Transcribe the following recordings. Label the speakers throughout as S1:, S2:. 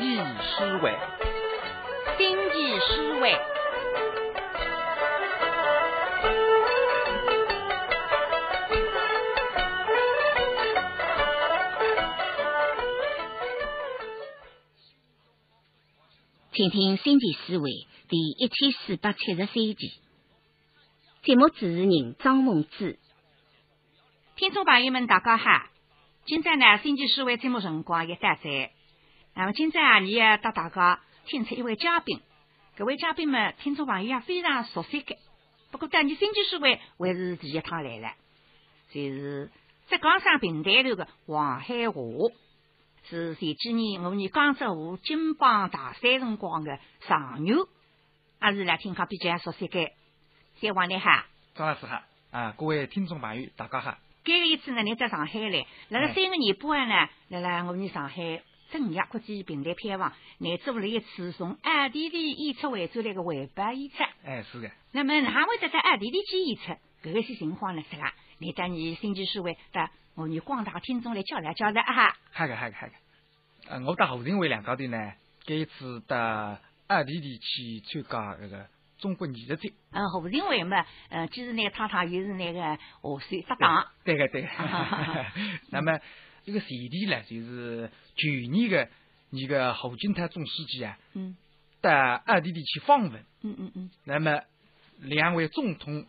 S1: 诗画，
S2: 经济诗画。请听《经济思维》第一千四百七十三期。节目主持人张凤芝。
S3: 听众朋友们，大家好！今朝呢，《经济思维》节目辰光也到这。那么今朝啊，你也带大家请出一位嘉宾，搿位嘉宾嘛，听众朋友也非常熟悉的。不过到你经济思维还是第一趟来了，就是浙江省平台头的黄海华，是前几年我们江浙沪金榜大赛辰光的常牛，也是来听讲比较熟悉的。三王你好，
S1: 张老师好啊！各位听众朋友，大家好。
S3: 搿个一次呢，你在上海来，辣辣三个年半呢，辣辣我们上海。正业国际平台票房，乃做了一次从二地的演出回转来个回白演出。
S1: 哎，是的。
S3: 那么，哪会得在二地里去演出？搿个些情况呢？是啦，你当你星期四会到我们广大听众来交流交流啊哈。
S1: 好个，好个，好个。呃，我到和平会两高头呢，搿一次到二地里去参加搿个中国艺术节。
S3: 嗯，和平会嘛，呃，既是那个汤汤，又是那个河水搭档。
S1: 对个，对个。 那么。这个前提呢，就是去年的你个胡金泰总书记啊，
S3: 嗯，
S1: 到二地里去访问，
S3: 嗯嗯嗯，
S1: 那么两位总统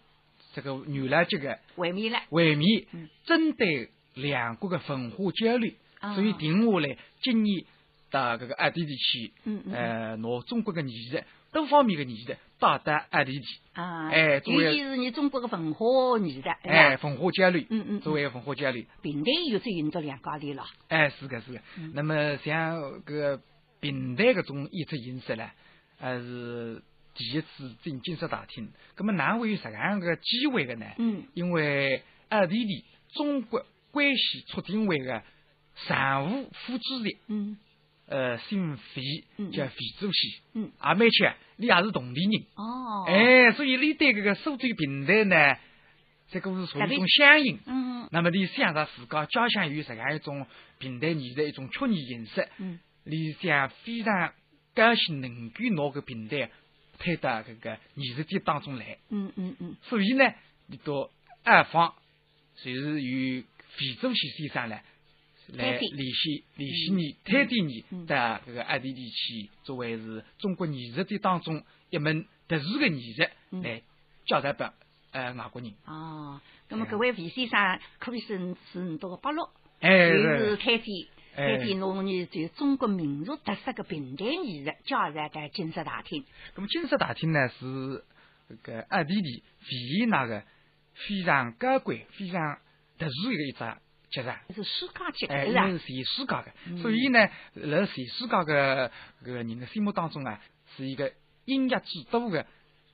S1: 这个原来这个
S3: 会面了，
S1: 会面，
S3: 嗯，
S1: 针对两国的文化交流，
S3: 啊
S1: 所以定下来今年到这个二地里去，
S3: 嗯嗯
S1: 呃，拿中国的艺术多方面的艺术带到二地里去，
S3: 啊，
S1: 哎作为
S3: 尤其是你中国的文化艺术，对吧
S1: 哎，，文化交流，
S3: 嗯嗯，
S1: 作为文化交流，
S3: 平台有这运动两高头了，
S1: 哎，是的，是的
S3: 嗯。
S1: 那么像搿个平台搿种演出形式呢，还是第一次进金色大厅。那么哪会有这样个机会的呢？
S3: 嗯
S1: 因为二地里中国关系促进会的常务副主席
S3: 嗯
S1: 呃姓
S3: 嗯
S1: 费
S3: 嗯
S1: 叫费主席，
S3: 嗯，
S1: 阿妹去，啊你也是同地人，
S3: 哦，，
S1: 哎，所以你对搿个苏州平台呢，这个是属于一种相应。
S3: 嗯
S1: 那么你想着自家家乡有这样一种平台艺术的一种曲艺形式，
S3: 嗯
S1: 你想非常高兴能够拿个平台推到这个艺术节当中来，
S3: 嗯嗯嗯，
S1: 所以呢，你到二方就是由费主席先生呢来
S3: 推荐
S1: 联系联系你推荐你
S3: 嗯
S1: 到这个二地地区作为是中国艺术节当中一门特殊的艺术
S3: 嗯
S1: 来教授拨呃外国人，
S3: 哦，那么
S1: 哎
S3: 搿位费先生可以是是你到个伯乐，
S1: 哎
S3: 就是是推荐
S1: 哎
S3: 推荐侬呢，就是中国民族特色的平台艺术，交流的金色大厅。
S1: 那么金色大厅呢是这个二弟弟维也纳的非常高贵、非常特殊的一只集团。
S3: 是世界级
S1: 哎，
S3: 的
S1: 因
S3: 是
S1: 为
S3: 吧？
S1: 是
S3: 嗯
S1: 全世界的，所以呢，辣全世界的这个人的心目当中啊，是一个音乐之都的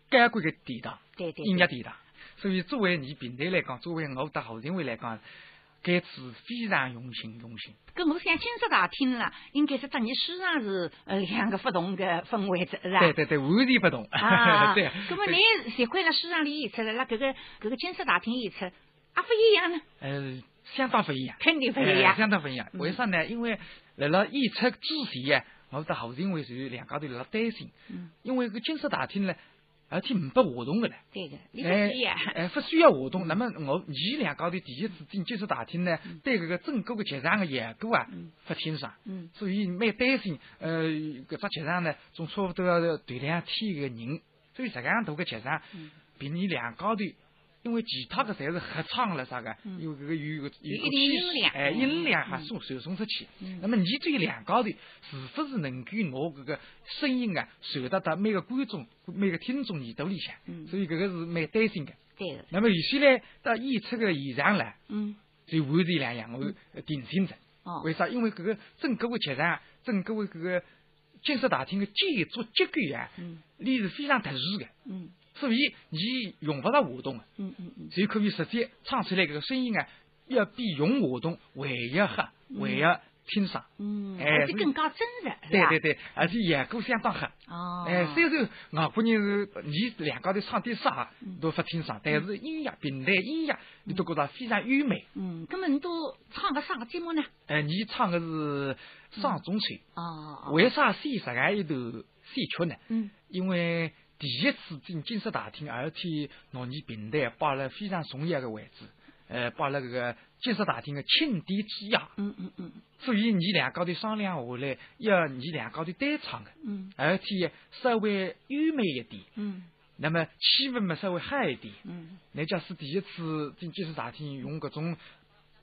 S1: 高贵的殿堂，
S3: 对对，
S1: 音乐殿堂。所以作为你平台来讲，作为我的后勤会来讲，该次非常用心用心。
S3: 搿我想金色大厅啦，应该是得你虽然是呃两个不同的氛围子是吧？
S1: 对对对，完全不同。，
S3: 啊
S1: 对。
S3: 那么你习惯了书上里演出了，辣搿个搿个金色大厅演出，啊不一样呢，
S1: 呃，相当不一样。
S3: 肯定不一
S1: 哎，
S3: 样。
S1: 相当不一样。
S3: 嗯
S1: 为啥呢？因为辣辣演出之前啊，我得后因为是两家头辣辣担心，
S3: 嗯，
S1: 因为搿金色大厅呢，而且没拨活动个嘞。
S3: 对的，你不
S1: 哎
S3: 一样。
S1: 哎，不需要活动。那么我伊两家头第一次进金色大厅呢，对搿个整个个剧场个结构啊
S3: 嗯
S1: 不清爽，
S3: 嗯
S1: 所以蛮担心。呃，搿只剧场呢，总差不多要团两天个人，所以这样大个剧场
S3: 嗯
S1: 比你两家头。因为其他个侪是合唱了啥个，
S3: 嗯
S1: 因为搿个有个有
S3: 有一定音量
S1: 哎，音量还
S3: 嗯
S1: 送传送出去。
S3: 嗯
S1: 那么你对两高头是不是能够拿搿个声音啊传达到每个观众、每个听众耳朵里向？
S3: 嗯
S1: 所以搿个是蛮担心的。
S3: 对的，
S1: 那么现在到演出个现场呢，
S3: 嗯，
S1: 就完全两样，我定性着。
S3: 哦，
S1: 为啥？因为搿个整个个剧场，整个个搿个建设大厅的建筑结构啊，
S3: 嗯
S1: 你是非常特殊的，
S3: 嗯
S1: 所以你用不着活动的，
S3: 嗯嗯嗯，
S1: 啊就可以直接唱出来搿个声音啊，要比用活动还要黑，还要听上，
S3: 嗯，
S1: 哎
S3: 而且
S1: 是
S3: 更加真实，是
S1: 对
S3: 吧
S1: 对？对，而且演歌相当好。
S3: 哦，
S1: 哎，虽然外国人是你两家头唱点啥
S3: 嗯
S1: 都不听上，但是音乐平台音乐你都觉得非常优美。
S3: 嗯，那么你都唱个啥个节目呢？
S1: 哎，你唱的是《上中水
S3: 哦，》，
S1: 为啥选这个一头选曲呢？
S3: 嗯
S1: 因为第一次进金色大厅，而且拿你平台摆了非常重要的位置，呃，摆了这个金色大厅的庆典之夜，
S3: 嗯嗯嗯
S1: 所以你两家头商量下来，要你两家头单唱的，
S3: 嗯
S1: 而且稍微优美一点。
S3: 嗯
S1: 那么气氛嘛稍微嗨一点。
S3: 嗯
S1: 那家是第一次进金色大厅用各种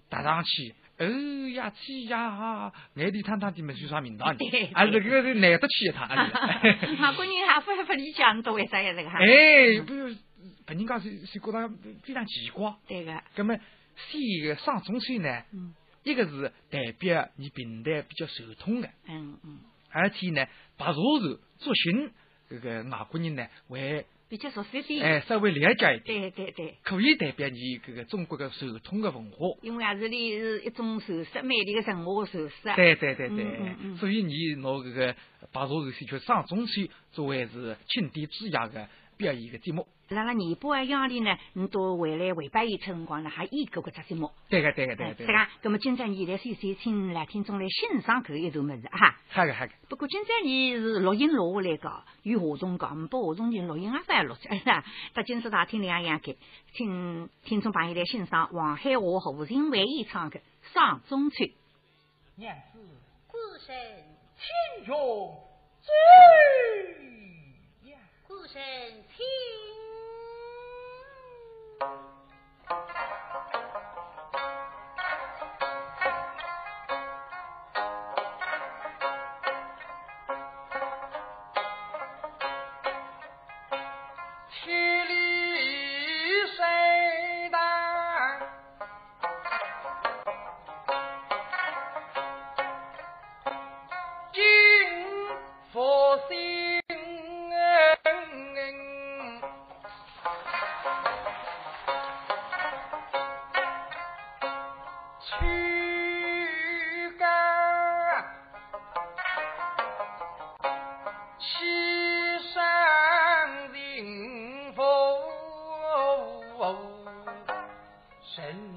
S1: 搭上去，哦呀气呀，眼里烫烫的，没算啥名堂的
S3: 对，
S1: 啊这个是难得去一趟，
S3: 哈
S1: 啊
S3: 哈
S1: 是
S3: 外国人还啊不不理解你到为啥要这个哈？
S1: 哎，不是，别人家是是觉得非常奇怪。
S3: 对个，
S1: 那么先一个上中水呢，
S3: 嗯
S1: 一个是代表你平台比较传统的，
S3: 嗯嗯，
S1: 而且呢白茶头作寻这个外国人呢会
S3: 比较熟悉一点，
S1: 哎稍微了解一点。
S3: 对对对，
S1: 可以代表你这个中国的传统的文化。
S3: 因为啊，这里是一种传说，美丽的神话传说，
S1: 对对对
S3: 嗯
S1: 对，
S3: 嗯嗯
S1: 所以你拿这个白茶头戏曲上中去作为是庆典之夜的表演的节目。
S3: 那拉年播的夜里呢，你到回来回拜演出辰光呢，还演过搿只节目，
S1: 对个对个对
S3: 哎
S1: 个
S3: 是
S1: 对
S3: 个
S1: 个，。
S3: 那么今朝你来先先请来听众来欣赏搿一段物事哈。
S1: 嗨个嗨个，
S3: 不过今朝你是录音录下来个，与华中讲，没把华中人录音也翻录出来了。到今朝大厅里也样给，请听众朋友来欣赏黄海华和吴庆伟演唱的《上中村》。
S4: 娘子，孤身千重醉呀，孤身轻。十里生当。金佛心，去干西山灵佛神。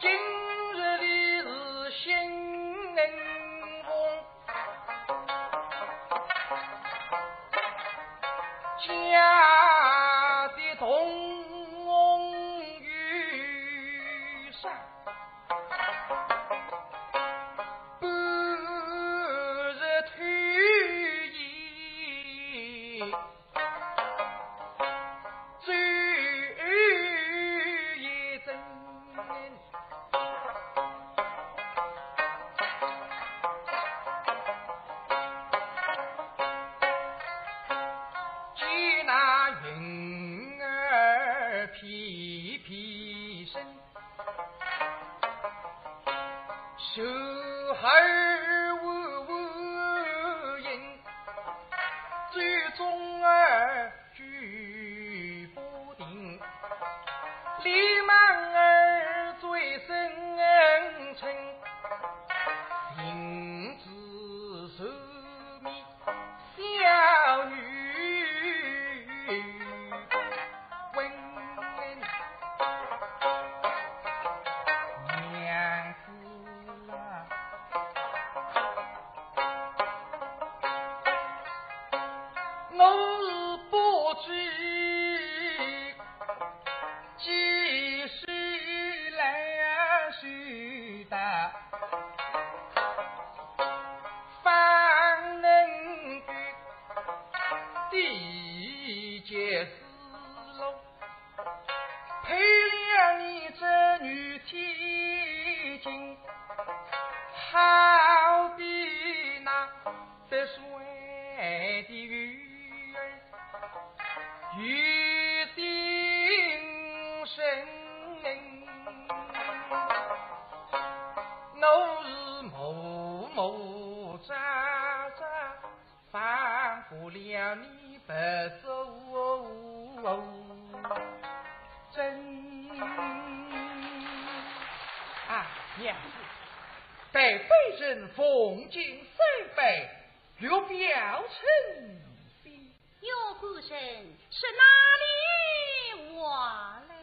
S4: 今日里是新人风，家的同遇上，半日退役。醉一阵。见那云儿披披身，手后弯弯影。最终儿举不定，李满儿醉生沉，银子手面小女温。娘子啊！我是不知，几时来啊寻的，方能够地界丝路，配了你这女天精，好比那得水的鱼儿。雨定神，我是默默喳喳，放过了你不走
S1: 真啊，娘子，北非人奉敬三拜，刘表称心。
S5: 有官人是哪里话嘞？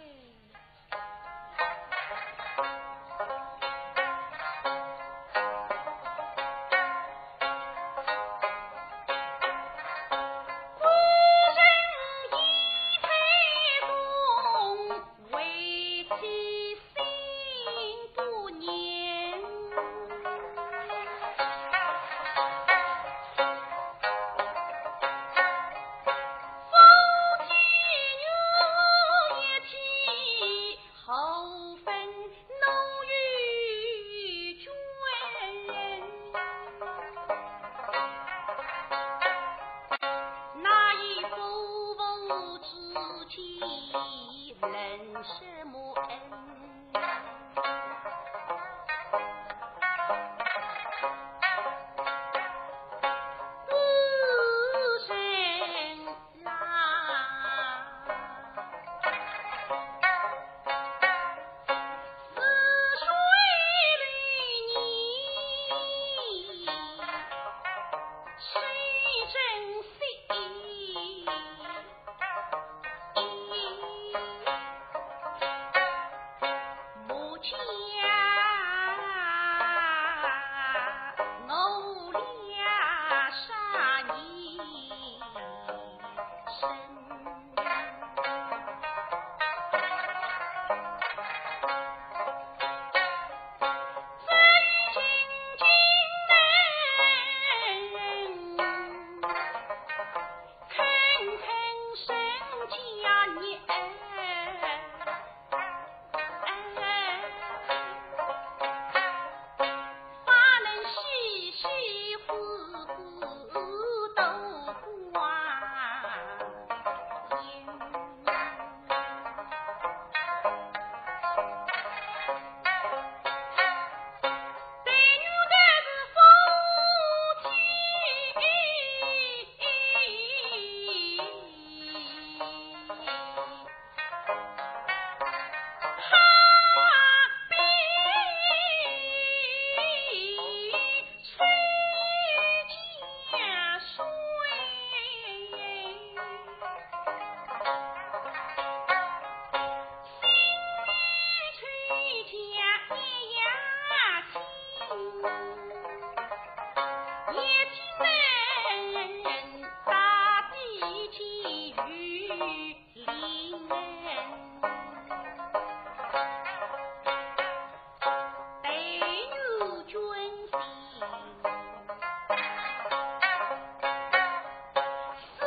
S5: 古人一佩公，为其心不念。风起牛也起，后分浓与娟那一夫妇之妻，人什么恩？孤身来。似水流年，谁珍惜？母亲呀，我俩杀你身。真情情难忍，恳恳身家念。把人细细呼呼都挂烟。对女的是夫妻，哈比春江水。吹起呀一呀起，也起人大地起雨淋。对女军心，思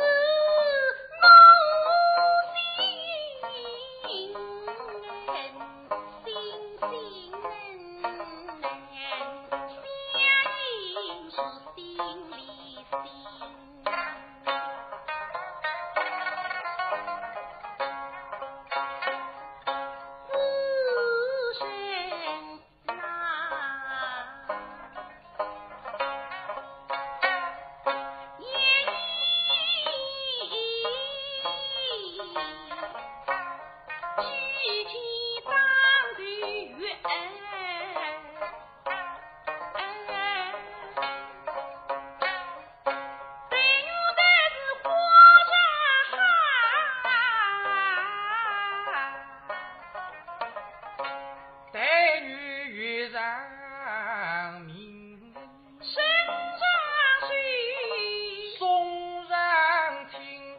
S5: 我心，心心人，相应是心里心。孤身来。夜里，举起当头月，对牛的是花山
S1: 待女遇上名人，
S5: 身上水。
S1: 送上亲。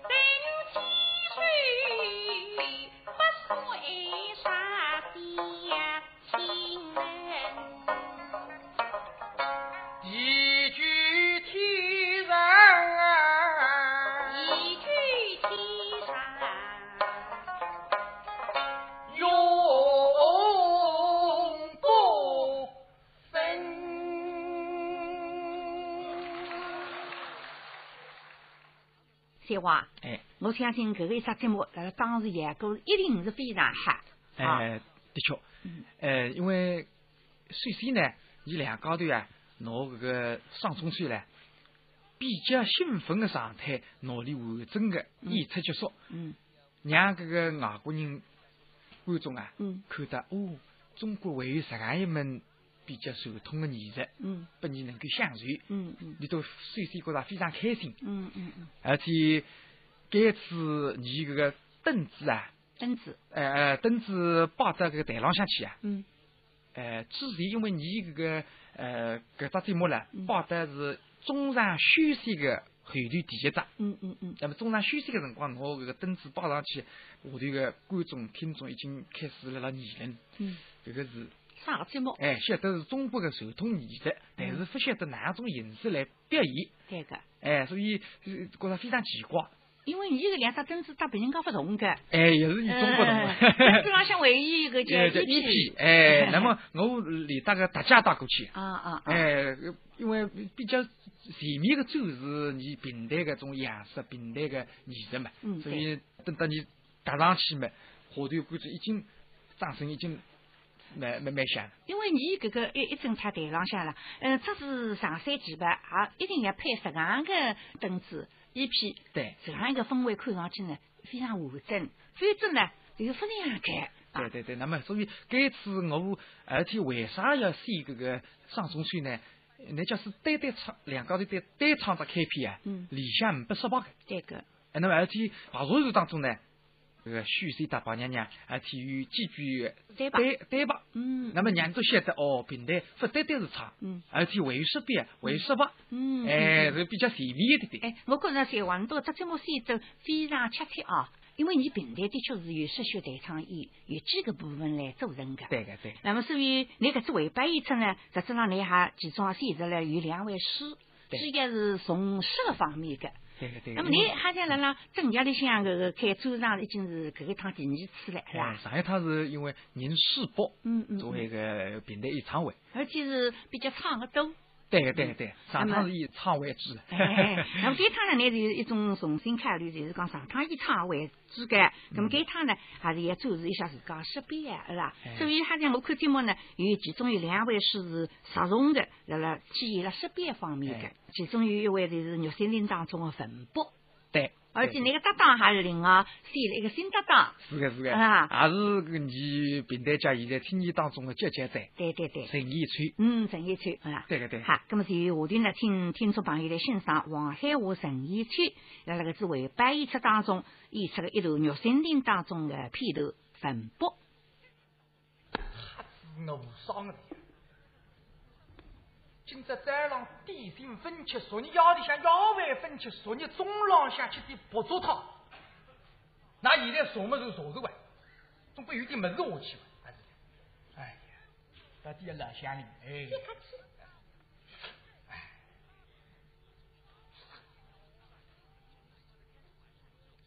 S5: 对牛七岁，不岁啥相亲人。
S1: 一句天上
S5: 一句七上
S1: 永不分。
S3: 三娃，
S6: 哎
S3: 我相信搿个一只节目辣辣当时演过，一定是非常嗨。
S1: 呃
S3: 啊，
S6: 哎，的确
S3: 嗯，
S6: 呃，因为首先呢，伊两家头啊，拿搿个上中岁呢，比较兴奋的状态，脑力完整的演出结束，
S3: 嗯，
S6: 让搿个外国人观众啊
S3: 嗯
S6: 看得哦，中国还有这样一门比较传统的艺术，
S3: 嗯
S6: 拨你能够相传，
S3: 嗯嗯
S6: 你都首先觉得非常开心，
S3: 嗯嗯嗯，
S6: 而且该次你搿个凳子啊，
S3: 凳子，
S6: 呃呃凳子摆在搿个台浪向去啊，
S3: 嗯
S6: 呃之前因为你搿个呃搿只节目呢
S3: 嗯
S6: 报的是中场休息个后头第一只。
S3: 嗯嗯嗯
S6: 那么中场休息个辰光，我搿个凳子摆上去，下头个观众听众已经开始辣辣议论，
S3: 嗯，
S6: 搿个是
S3: 啥个节目？
S6: 哎，晓得是中国个传统艺术，但是不晓得哪种形式来表演，
S3: 对个，
S6: 哎，所以呃觉着非常奇怪，
S3: 因为你这个两只凳子搭别人家不同个，
S6: 哎，也是以中国人
S3: 嗯，凳子
S6: 嘛，
S3: 浪向唯一一个 叫
S6: 哎，叫
S3: EP
S6: EP，哎，那么我连带个特价带过去，
S3: 啊啊啊，
S6: 哎，因为比较前面个周是你平台搿种样式，平台个艺术嘛，
S3: 嗯
S6: 所以等到你搭上去嘛，下头观众已经掌声已经蛮蛮蛮响了，
S3: 因为你搿个一一整排台浪向了，呃，只是上山前排也啊一定要配这样个凳子一批，
S6: 对，
S3: 这样一个氛围看上去呢非常完整，否则呢就是不那样开。
S6: 对对对，那么所以该次我而且为啥要选搿个上中村呢？那假使单单唱两高头单单唱只开篇啊，
S3: 嗯
S6: 里向没说白个。
S3: 对个，
S6: 哎，那么而且排座头当中呢，这个许仙搭白娘娘，而且有几句
S3: 对吧？
S6: 对对白。
S3: 嗯，
S6: 那么让都晓得哦，平台不单单是唱，
S3: 嗯
S6: 而且还有识别，还有识白，
S3: 嗯，
S6: 哎，是比较全面一点点。
S3: 哎，我觉着在黄岛这节目选择非常恰当啊，因为你平台的确是有些许台唱演有几个部分来组成的。
S6: 对个对，
S3: 那么，所以你搿只尾巴演出呢，实质上你还其中选择了有两位师，
S6: 对
S3: 主要是从诗个方面的。
S6: 对个对
S3: 那
S6: 个。
S3: 么你还在辣辣正月里向搿个开周上已经是搿一趟第二次了，是
S6: 哎
S3: 吧？
S6: 上一趟是因为人世博
S3: 嗯嗯
S6: 作为一
S3: 嗯，
S6: 个平台演唱会，
S3: 而且是比较唱的多。
S6: 对个对个对，
S3: 嗯
S6: 上
S3: 那么
S6: 趟是以唱为主。
S3: 哎，那么这趟呢，你是一种重新考虑，就是讲上趟以唱为主的，
S6: 嗯
S3: 那么这趟呢，还是要展示一下自家识别的，是吧？
S6: 哎
S3: 所以他讲我看节目呢，有其中有两位是是着重的，辣辣体现了识别方面的
S6: 哎，
S3: 其中有一位就是岳三林当中的冯博，
S6: 对，
S3: 而且那个搭档还是另外选了一个新搭档，
S6: 是个是个，
S3: 啊
S6: 也是个你平台界现在青年当中的积极者，
S3: 对对对。
S6: 陈一川。
S3: 嗯，陈一川，啊，
S6: 对个对个。
S3: 好，那么随后下啊头呢，听听众朋友来欣赏黄海华、陈以川辣辣搿支尾巴演出当中演出的一段《玉心亭》当中的片头文博。
S1: 我伤的。今朝再让点心分吃，昨日夜里向要饭分吃，昨日中浪向吃点白粥汤。那现在什么时候查个完？总归有点么子下去吧。哎呀，到底要哪乡里？哎，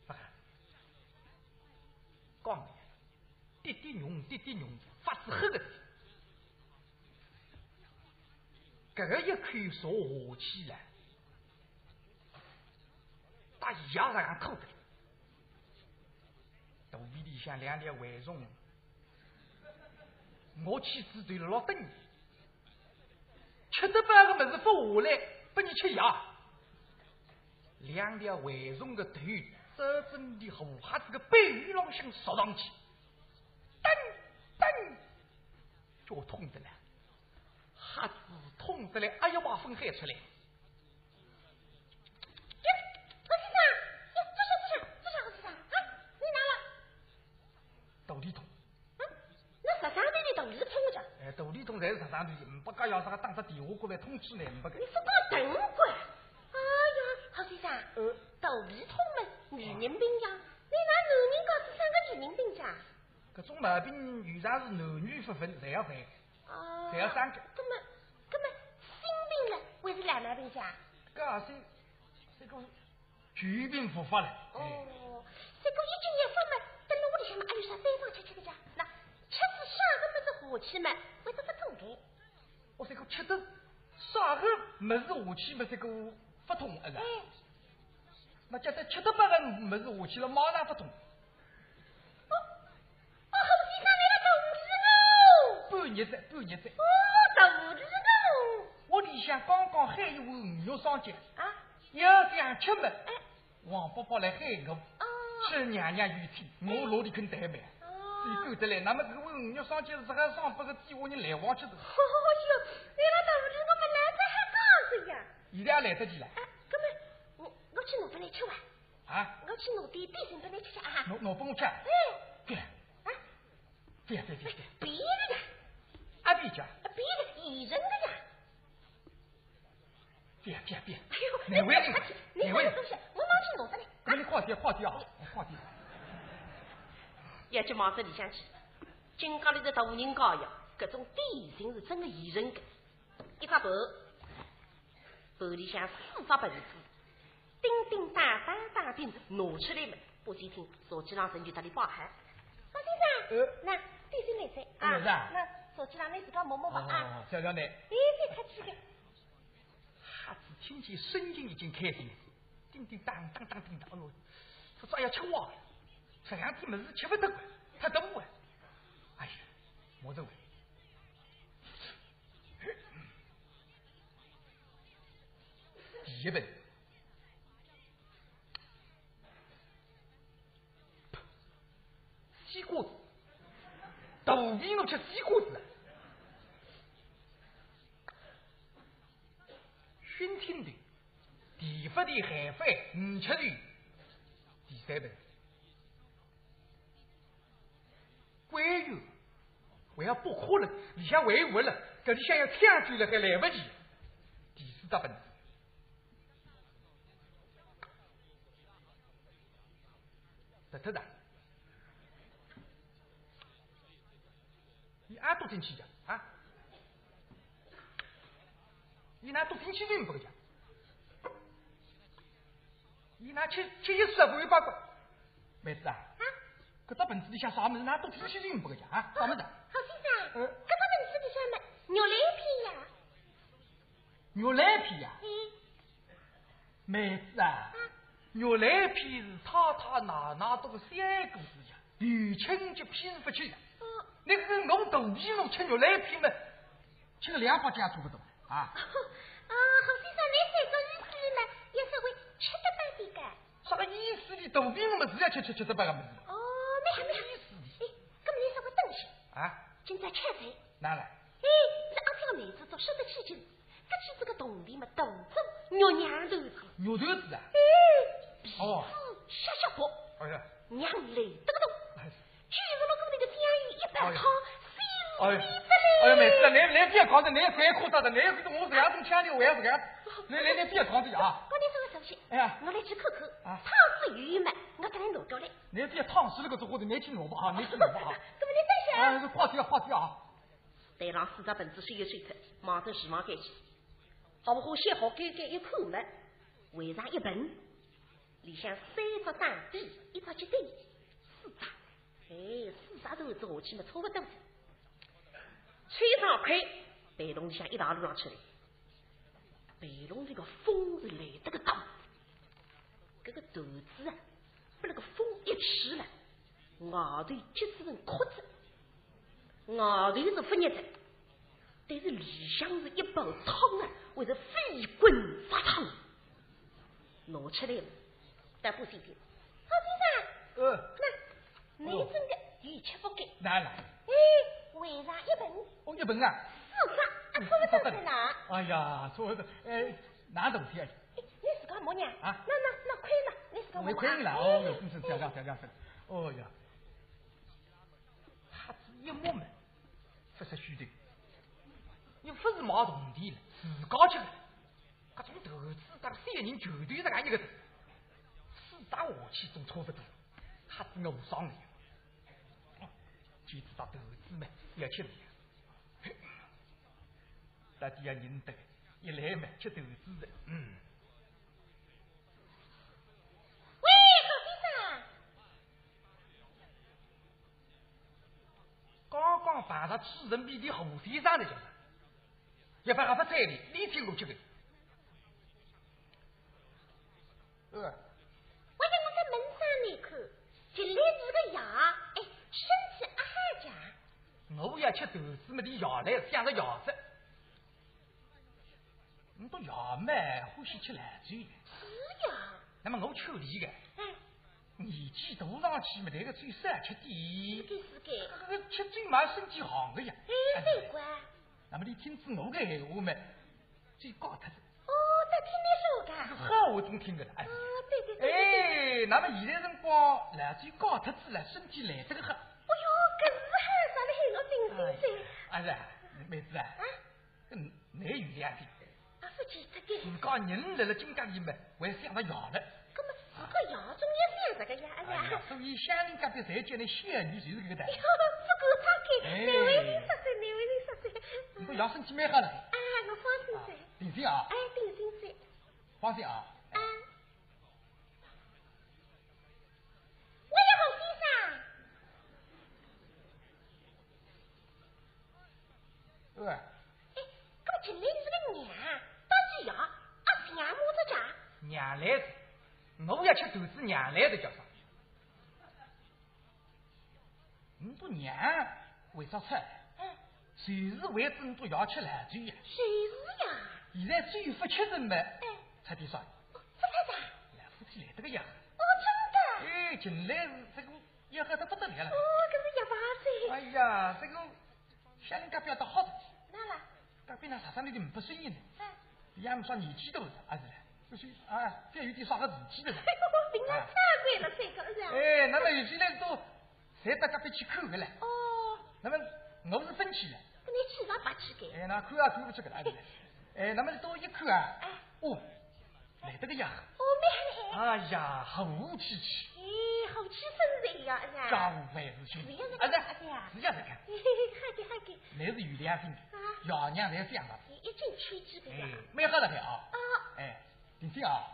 S1: 哎，讲了呀，滴滴用，滴滴用，法子黑个。搿个一看坐下去了，把伊也这样拖着，肚皮里向两粒蛔虫，我去之头老等伊，吃得半个物事不下来，拨你吃药。两条蛔虫的头，周正的火哈子个背鱼浪向烧上去，噔噔，脚痛的了，哈子痛的来，哎呀，把风喊出来。肚里痛，哎，肚里痛，侪是十三头，唔不噶要啥打只电话过来通知呢，唔不个。
S5: 肚皮痛嘛，女人病呀！你拿男人搞出三个女人病呀？
S1: 搿种毛病原常是男女不分，侪要犯。
S5: 哦，
S1: 谁要三个
S5: 那么，那么心病了，还是哪能病呀？
S1: 哎搿也算这个全病复发了。哎，
S5: 哦，这个一斤一饭嘛，等了屋里向嘛，还有啥单方吃吃哎的呀？那吃是啥个么子下去嘛，会得不痛的。
S1: 我这个吃的啥个物事下去嘛，这个不痛啊
S5: 哎，
S1: 那假得吃得八个物事下去了，马上不痛，
S5: 我好先生来个肚子哦，
S1: 半日子半日子。
S5: 哦，肚子哦，
S1: 屋里向刚刚喊一碗鱼肉烧鸡，
S5: 啊，
S1: 要这样吃么？王伯伯来喊我，
S5: 哦，
S1: 去娘娘有一天，我落地跟怠慢，所以够得来。那么这个为五月上街是这个上不个计划，你来往去的，
S5: 哦哟，原来到屋里我们男子还讲这样。
S1: 现在也来得及了
S5: 啊，哥们，我我去弄把你吃完，
S1: 啊！
S5: 我去弄点点心把你吃吃啊。
S1: 侬侬帮我吃，
S5: 哎，
S1: 对
S5: 啊，
S1: 对对对对，
S5: 别的呀，
S1: 阿边家，
S5: 别的艺人的呀。
S1: 对对对，
S5: 哎呦，
S1: 哪位
S5: 哎你
S1: 哪
S5: 看
S1: 位
S5: 这东西，我忙去弄着呢。
S1: 那你快点快点啊，快点！
S5: 也就忙着里向去。金家里头大户人家呀，搿种典型是真的艺人感。一只盘，盘里向四只盆子，叮叮当当当叮拿起来嘛，不先听手机上人就搭里包喊。高先
S1: 呃
S5: 生，那点心来噻
S1: 哎是啊
S5: 啊，那手机上你自家摸摸吧啊。
S1: 哦，小小奶。
S5: 哎，再客气点。
S1: 哈子听见声音已经开始，叮叮当当当叮当，哎呦，他早要吃忘了，这两天么子吃不得惯，太得我。哎呀，我认为，第一本，西瓜子，大便侬吃西瓜子啊？熏天的，地发的海饭五吃的，第三顿，官员还要剥壳了，里向还活了，搿里向要抢救了还来不及。第四大本子，特特的，伊阿多进去的啊！伊拿毒品去运不个讲，伊拿吃吃一丝也不会八卦。妹子啊，搿只盆子里向啥物事拿毒品去运不个讲啊？啥物事啊？
S5: 好先生，
S1: 嗯
S5: 搿只盆子里向嘛，肉来片呀。
S1: 牛奶片呀，
S5: 嗯。
S1: 妹子啊，牛奶片是太太奶奶到个三姑子呀，女亲就偏不去呀。
S5: 哦
S1: 那个侬肚皮侬吃牛奶片嘛，吃个两包家差不多啊。
S5: 啊，好先生，你这个意思呢，也稍微吃得半点个。
S1: 啥个意思哩？肚皮侬么是要吃吃吃这八个么子
S5: 哦，那还没意思。哎，那么你稍微等些，
S1: 啊？
S5: 今朝吃饭。
S1: 哪来？
S5: 哎，这阿飘妹子总晓得起劲，搿起这个铜钿嘛，大中肉娘头子，
S1: 牛头子啊？
S5: 哎，皮
S1: 哦
S5: 肤削削薄，
S1: 哎呀，
S5: 娘累得个动。
S1: 哎
S5: 居然我跟那个江鱼一
S1: 哎
S5: 百
S1: 呀
S5: 汤，
S1: 哎
S5: 鲜
S1: 呀
S5: 死死
S1: 哎
S5: 的
S1: 呀，
S5: 嘞。
S1: 妹子，来来别讲的，来反夸他的，来我这样子腔调，我也这样。来来来，别讲的啊！
S5: 我你稍微休息，
S1: 哎呀
S5: 我来去看看，
S1: 啊
S5: 汤子鱼鱼嘛，我把它弄掉来。
S1: 来别烫死了个做伙的，你去弄吧 啊，你去弄吧啊！
S5: 那么你等下。
S1: 哎，快点快点啊！
S5: 台上四只盆子水一水脱，忙着厨房间去。好不好写好干干一看门，围上一盆，里向三只打底，一只鸡蛋，四只，哎，四只头子下去嘛，差不多。吹上开，背笼里向一大路上去了。背笼里个风是来得个大，搿个肚子啊，被那个风一吹了，外头结出成壳子。外头是发热的，但是里向是一煲汤啊，会是飞滚发烫。拿起来嘛，但不细听。好先啊
S1: 呃，
S5: 生，那
S1: 哦
S5: 你真的鱼吃不干？
S1: 哪来？
S5: 哎，围上一盆，
S1: 我一本啊！嗯
S5: 四只，阿看不到在哪？
S1: 哎呀，做的哎，哪东西啊？
S5: 哎你自家摸娘
S1: 啊
S5: 那那那亏嘛，你自家摸
S1: 没
S5: 啊。
S1: 亏了哦，真是这样这样这样。哦呀，哈子一摸门，不是虚的，又不是买铜钿了，自家吃的。搿种投资，咱三个人球队是搿一个头，四大武器总差不多，哈子我无双了呀。哦就知道投资嘛，要吃力啊。 大家要认得，一来嘛吃投资的，嗯。
S5: 喂，好先生，
S1: 刚刚排上主人面的何先生的就是，一般还不睬你，你听我这个。呃，
S5: 我在我在门上里看，进来是个爷，哎，身体阿哈家。
S1: 我要吃豆子么的摇来，想着摇子。你都摇嘛，欢喜吃兰州的。
S5: 是呀，
S1: 那么我秋梨的，
S5: 哎，
S1: 年纪大上去嘛，那个最少吃点
S5: 是。该是该，
S1: 这个吃进嘛身体行的呀。
S5: 哎，对乖，哦，
S1: 那么你听子我的闲话嘛，最高特
S5: 这听得
S1: 是
S5: 熟噶。
S1: 好话总听的了。哎
S5: 哦，对对对对对。
S1: 哎，那么现在辰光，来最高特子了，身体来这个很。
S5: 哎呦，搿是喊啥了？喊我真
S1: 哎
S5: 心真。，
S1: 儿子啊，妹子啊，
S5: 啊，
S1: 嗯，难原谅点。
S5: 阿不记得的。
S1: 人家人来了金刚里嘛，还想着要呢。
S5: 搿么如果姚总要想这个呀，哎
S1: 哎
S5: 呀，
S1: 呀，所以乡人家的才叫你仙女就是这个的
S5: 哎呦，。不过他给，
S1: 哎
S5: 难为人说嘴，难为人说嘴。
S1: 你说养身体蛮好了。
S5: 啊，我放心
S1: 啊
S5: 噻，
S1: 定心啊
S5: 哎，，定心噻，
S1: 放心啊。
S5: 啊。我也好先生，
S1: 对吧？
S5: 哎，搿么进来是个娘，当起姚，阿是娘母子家，
S1: 娘来子，我要吃肚子娘来的叫啥？你不娘为啥吃？
S5: 哎，
S1: 随时为子你都要吃烂醉呀！
S5: 谁是呀？
S1: 现在最不吃人嘛，
S5: 哎，
S1: 吃点啥？
S5: 不太啥，
S1: 来夫妻来这个样。
S5: 哦，真的，
S1: 哎，近来是这个要喝得不得了了
S5: 哦。，搿是一把
S1: 哎
S5: 水，
S1: 呀，这个乡人家表达好的，
S5: 那啦，
S1: 隔壁那茶厂里头没不生意呢，
S5: 哎。
S1: 也没说年纪大了，还是嘞，就是啊，这有点啥个事体了嘞。
S5: 哎呦，我平常太贵了，这个是啊。
S1: 哎，那么有些人都侪到隔壁去看个嘞。
S5: 哦，
S1: 那么我是分期的，
S5: 跟你去上八去给。
S1: 哎，那看也看不出个啦，对不对？哎，那么到一看啊，哦，来这个呀，
S5: 哦，蛮好。
S1: 哎呀，好气气，
S5: 哎，好气生人呀，是
S1: 家
S5: 啊。
S1: 务饭事情，
S5: 是呀
S1: 啊
S5: 是的呀
S1: 是这样子看，
S5: 嘿嘿，好的好的，
S1: 那是有良心的
S5: 啊，
S1: 爷娘才这样的，
S5: 你一进去几个
S1: 哎
S5: 呀？，
S1: 蛮好的还啊
S5: 啊，
S1: 哎，听听啊，
S5: 啊！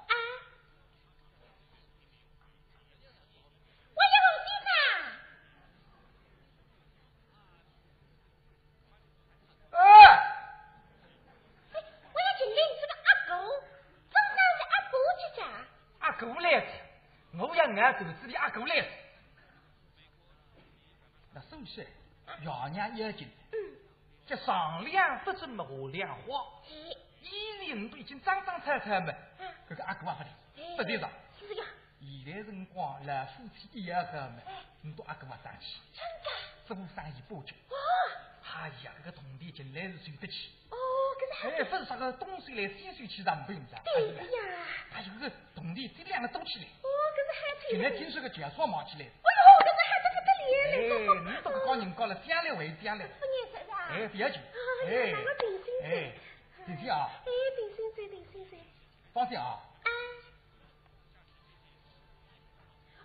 S5: 我有好先生，
S1: 哎，
S5: 哎我要请领这个阿狗，中山是阿狗去家。
S1: 阿哥来着，我要俺肚子里阿哥来着。那首先，爷娘要紧，
S5: 嗯，
S1: 这上梁不正下梁歪。
S5: 是
S1: 以前人都已经脏脏菜菜么
S5: 嗯，
S1: 搿个阿啊哥也
S5: 哎
S1: 勿理，勿赞
S5: 是呀，
S1: 成。现在辰光来夫妻一样个么，你都阿啊哥勿生气，
S5: 真的。
S1: 做生意包酒。
S5: 哇，
S1: 哎呀，搿个铜钿近来是赚得起，
S5: 哦，搿是好
S1: 哎，勿是啥个东水来西水去上班子啊，
S5: 对
S1: 是
S5: 的
S1: 吧？
S5: 呀。
S1: 还有个铜钿这两个多起来，
S5: 哦，搿是海
S1: 近
S5: 豚
S1: 来
S5: 的。
S1: 听说个钱少忙起来。
S5: 哎呦，搿个还得
S1: 哎，
S5: 搿个脸
S1: 你都不讲人家了，将来为将来，
S5: 不认识啊？
S1: 哎，不要紧
S5: 啊，
S1: 哎
S5: 那我定心，
S1: 哎
S5: 水，
S1: 定心啊，
S5: 哎，定心水，定心水。
S1: 放心啊，
S5: 啊！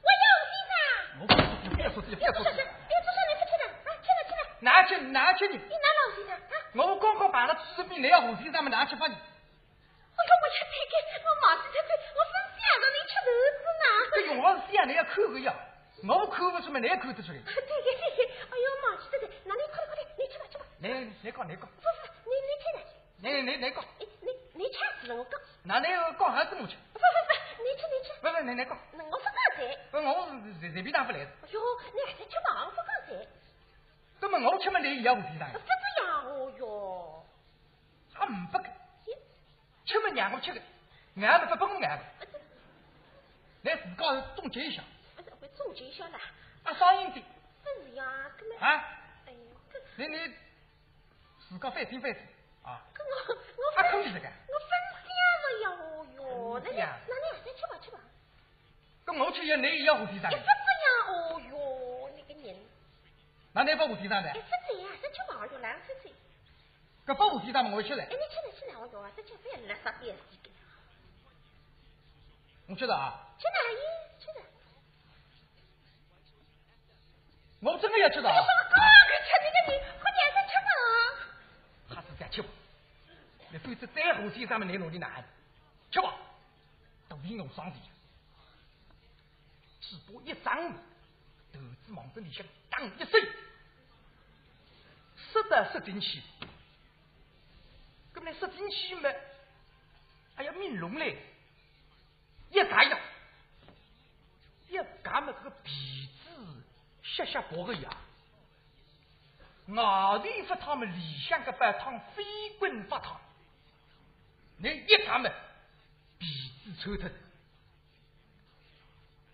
S5: 我要
S1: 我不不不要说这个，不要
S5: 我
S1: 说这
S5: 先生，
S1: 个
S5: 别，别坐上来，别坐上来，啊，起来起来，
S1: 拿去拿去你。
S5: 你拿老先生啊！
S1: 我刚刚办了纸币，你要红心上面拿去把你。
S5: 我跟我吃太干，我忙死太快，我生气啊，让你吃豆子呢。
S1: 这用老是这样，你要看个呀，我看不出来，你也看得出来
S5: 啊。对对对对，哎呦，忙死太快，那你快点快点，你吃吧吃吧，
S1: 来，来讲，来讲，
S5: 不是，你你吃呢？
S1: 来来来讲，
S5: 你哎你你吃死了我讲，
S1: 那你讲还是我吃？
S5: 不不不，你吃你吃，
S1: 不是，你来讲，
S5: 那我不干谁。
S1: 不我是随随便当不来的。
S5: 哎呦，你还在吃芒果干噻？
S1: 那么我吃嘛，你也要红心上
S5: 不，这样哦哟。
S1: 还唔不给，
S5: 咦，
S1: 吃嘛让我吃个，俺不不我俺
S5: 啊这
S1: 来自家总结一下，
S5: 啊这，我总结一下啦。
S1: 啊，上一点
S5: 不是呀，搿么，
S1: 啊，
S5: 哎呦，搿
S1: 你你自家反省反省啊。
S5: 搿我我
S1: 啊，
S5: 分
S1: 可以这个，
S5: 我分享了呀哦哟，那
S1: 哎
S5: 你
S1: 呀
S5: 那你还在吃吧吃吧。
S1: 跟我吃也你也要红心上
S5: 哎，不
S1: 的
S5: 这，样哦哟，那个人，
S1: 那你不红心上的
S5: 哎，？不这样，这吃芒果啦，不这。
S1: 搿不红心上嘛，我吃嘞
S5: 哎，。你吃呢吃呢哦哟，这吃不要垃圾别死的。
S1: 我觉得啊，
S5: 吃哪有吃呢？
S1: 我真的要知道
S5: 哎
S1: 啊
S5: 呀，，哥，搿吃那个人，快点再吃吧。
S1: 还是再吃吧。那否则再红心上面你弄的难，吃吧，肚皮我伤的，嘴巴一张，头子往这里向当一伸，塞得塞进去，搿么呢塞进去嘛，哎还要面容嘞，一夹呀，一夹嘛，这个皮子削削薄个呀。外头发烫么，里向个白烫飞滚发烫，你一烫么，皮子抽脱，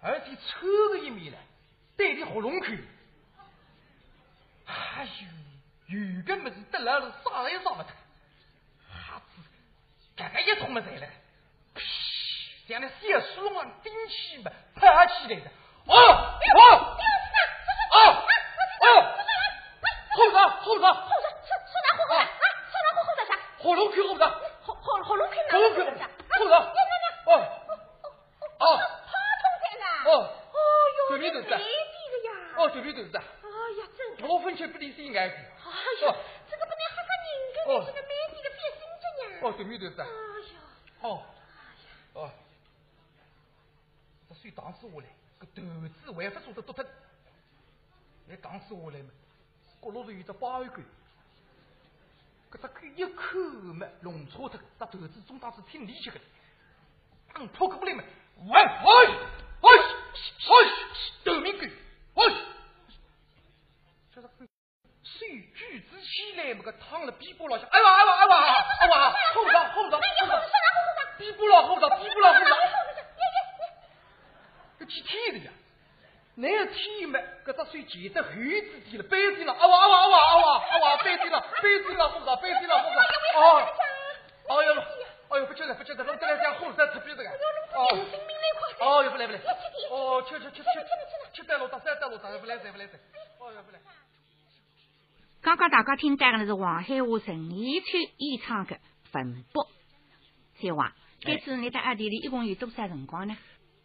S1: 而且抽着一面来，对的喉咙口。哎呦，有个么子得来了，啥也啥不得，哈子，这个一桶么子来了，这样的小树龙啊，顶起嘛，爬起来的，哦哦哦哦，后头后头
S5: 后头说说啥话好啊？说啥话好啥啥？
S1: 喉咙口后头，
S5: 喉喉喉咙口哪
S1: 喉咙口
S5: 啥啥？
S1: 后头，
S5: 那那那，
S1: 哦
S5: 哦，跑通的啦！
S1: 哦，
S5: 哦哟，这个呀！
S1: 哦，对对对的，
S5: 哎呀，真
S1: 我分钱不离是应该的，
S5: 哎呀，这个本来吓个人的，
S1: 哦
S5: 这个满地的变心着呀！
S1: 哦，对对对的
S5: 哎。呀，
S1: 哦，
S5: 哎
S1: 哦，这水打死下来，个头子还不做得多疼。来打死下来嘛，角落头有只保安官，搿只狗一口嘛弄错脱，那头子中当是挺离奇个，当扑过来嘛，喂喂喂喂，头面狗喂，这只狗。手举子起来，么个躺了屁股老向，哎哇哎哇哎哇哎哇，后头后头后头，屁股老后头屁股老后头，搿几天的呀？哪天么？搿只水溅得后子底了，背底了，啊哇啊哇啊哇啊哇啊哇，背底了，背底了，后头背底了，后头，哦，哎呦，哎呦，不晓得不晓得，弄得来讲后头特别这
S3: 哎
S1: 个，哦。
S5: 人命来快！
S1: 哦，又不来不来，哦，吃吃吃吃吃，吃带路打，三带路打，不来再不来再，
S3: 哎
S1: 哦，又不来。
S3: 刚刚大家听到的是黄海华陈以秋演唱的《坟墓》。三王，这次你在阿弟里一共有多少辰光呢？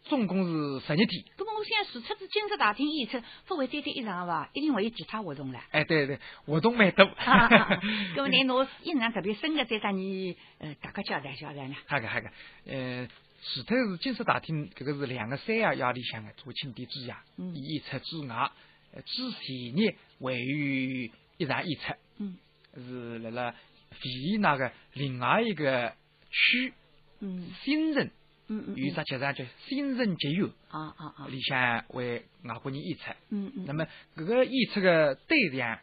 S6: 总共是十日天。
S3: 那么我想，除脱是金色大厅演出，不会单单一场吧？一定会有其他活动啦。
S6: 哎，对对，活动蛮多。
S3: 啊啊 啊！那么，那侬印象特别深的，再让你呃大家交代交代呢？
S6: 哈个哈个，呃，除脱是金色大厅，搿个是两个三夜夜里向的做庆典之夜
S3: 嗯
S6: 演出之外，呃之前日还有一场演出，
S3: 嗯
S6: 是辣辣维也纳个另外一个区
S3: 嗯
S6: 新城
S3: 嗯嗯，
S6: 有一只剧场叫新城集邮，
S3: 啊啊啊！
S6: 里向为外国人演出。
S3: 嗯嗯，
S6: 那么搿个演出个对象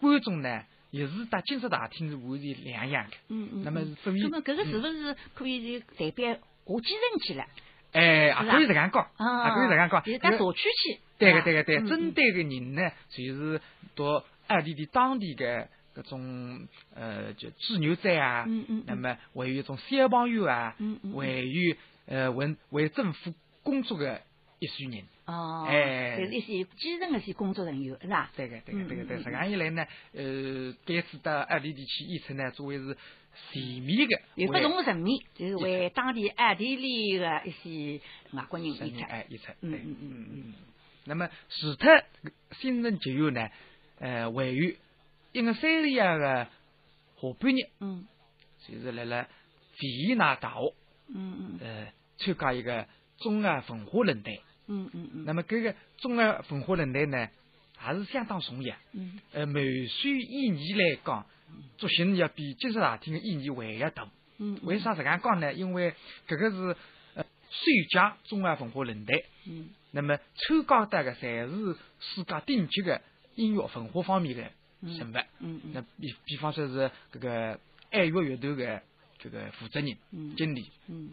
S6: 观众呢，也是搭金色大厅是完全两样的。
S3: 嗯嗯，
S6: 那么
S3: 嗯
S6: 属于
S3: 那么搿个是
S6: 嗯
S3: 不是可以就代表下计人去了？
S6: 哎，也
S3: 是
S6: 可以这样讲，
S3: 啊，
S6: 也可以这样讲。
S3: 就是讲
S6: 因为
S3: 社区去。
S6: 对
S3: 个
S6: 个，对个，对个，针
S3: 真
S6: 对个人呢，就是到二地的当地的各种呃，就志愿者啊，
S3: 嗯嗯嗯
S6: 那么还有一种消防员啊，
S3: 嗯嗯嗯
S6: 还有呃为为政府工作的一些人，
S3: 哦，
S6: 哎
S3: 就是一些基层的一些工作人员是吧？
S6: 对个，对个，对个，
S3: 嗯嗯嗯
S6: 对个。实际上一来呢，呃，这次到二地地区演出呢，作为是全面的为，
S3: 有不同的层面，就是为当地二地里的一些外国人演
S6: 生意
S3: 出。
S6: 哎，演出，对，
S3: 嗯嗯嗯嗯嗯。
S6: 那么除脱新城集邮呢，呃，还有一个三里亚的下半日，
S3: 嗯
S6: 就是辣辣维也纳大学
S3: 嗯嗯
S6: 呃参加一个中外文化论坛。
S3: 嗯嗯嗯。
S6: 那么这个中外文化论坛呢，也是相当重要。
S3: 嗯
S6: 呃，满算意义来讲，作行要比金色大厅的意义还要大。
S3: 嗯，
S6: 为啥这样讲呢？因为这个是呃最佳中外文化论坛。
S3: 嗯？
S6: 那么参加的个侪是世界顶级的音乐文化方面的
S3: 嗯
S6: 人物。
S3: 嗯嗯
S6: 那比比方说是这个爱乐乐队的这个负责人、
S3: 嗯
S6: 经理，
S3: 嗯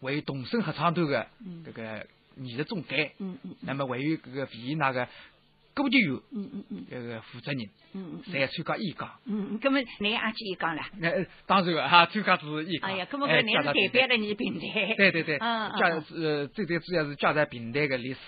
S6: 还有动森合唱团的
S3: 嗯
S6: 这个艺术总监，
S3: 嗯嗯
S6: 那么还有这个维也纳的歌剧院
S3: 嗯嗯嗯
S6: 这个负责人，
S3: 嗯嗯
S6: 侪参加演讲。
S3: 嗯，
S6: 啊
S3: 那么你阿姐也讲了，
S6: 那呃当然了哈，参加只是演讲。
S3: 哎呀，那么搿
S6: 哎
S3: 你是代
S6: 加上平
S3: 表
S6: 台
S3: 了你平 台。
S6: 对对对，
S3: 嗯嗯
S6: 加
S3: 嗯
S6: 呃，最最主要是加在平台个历史、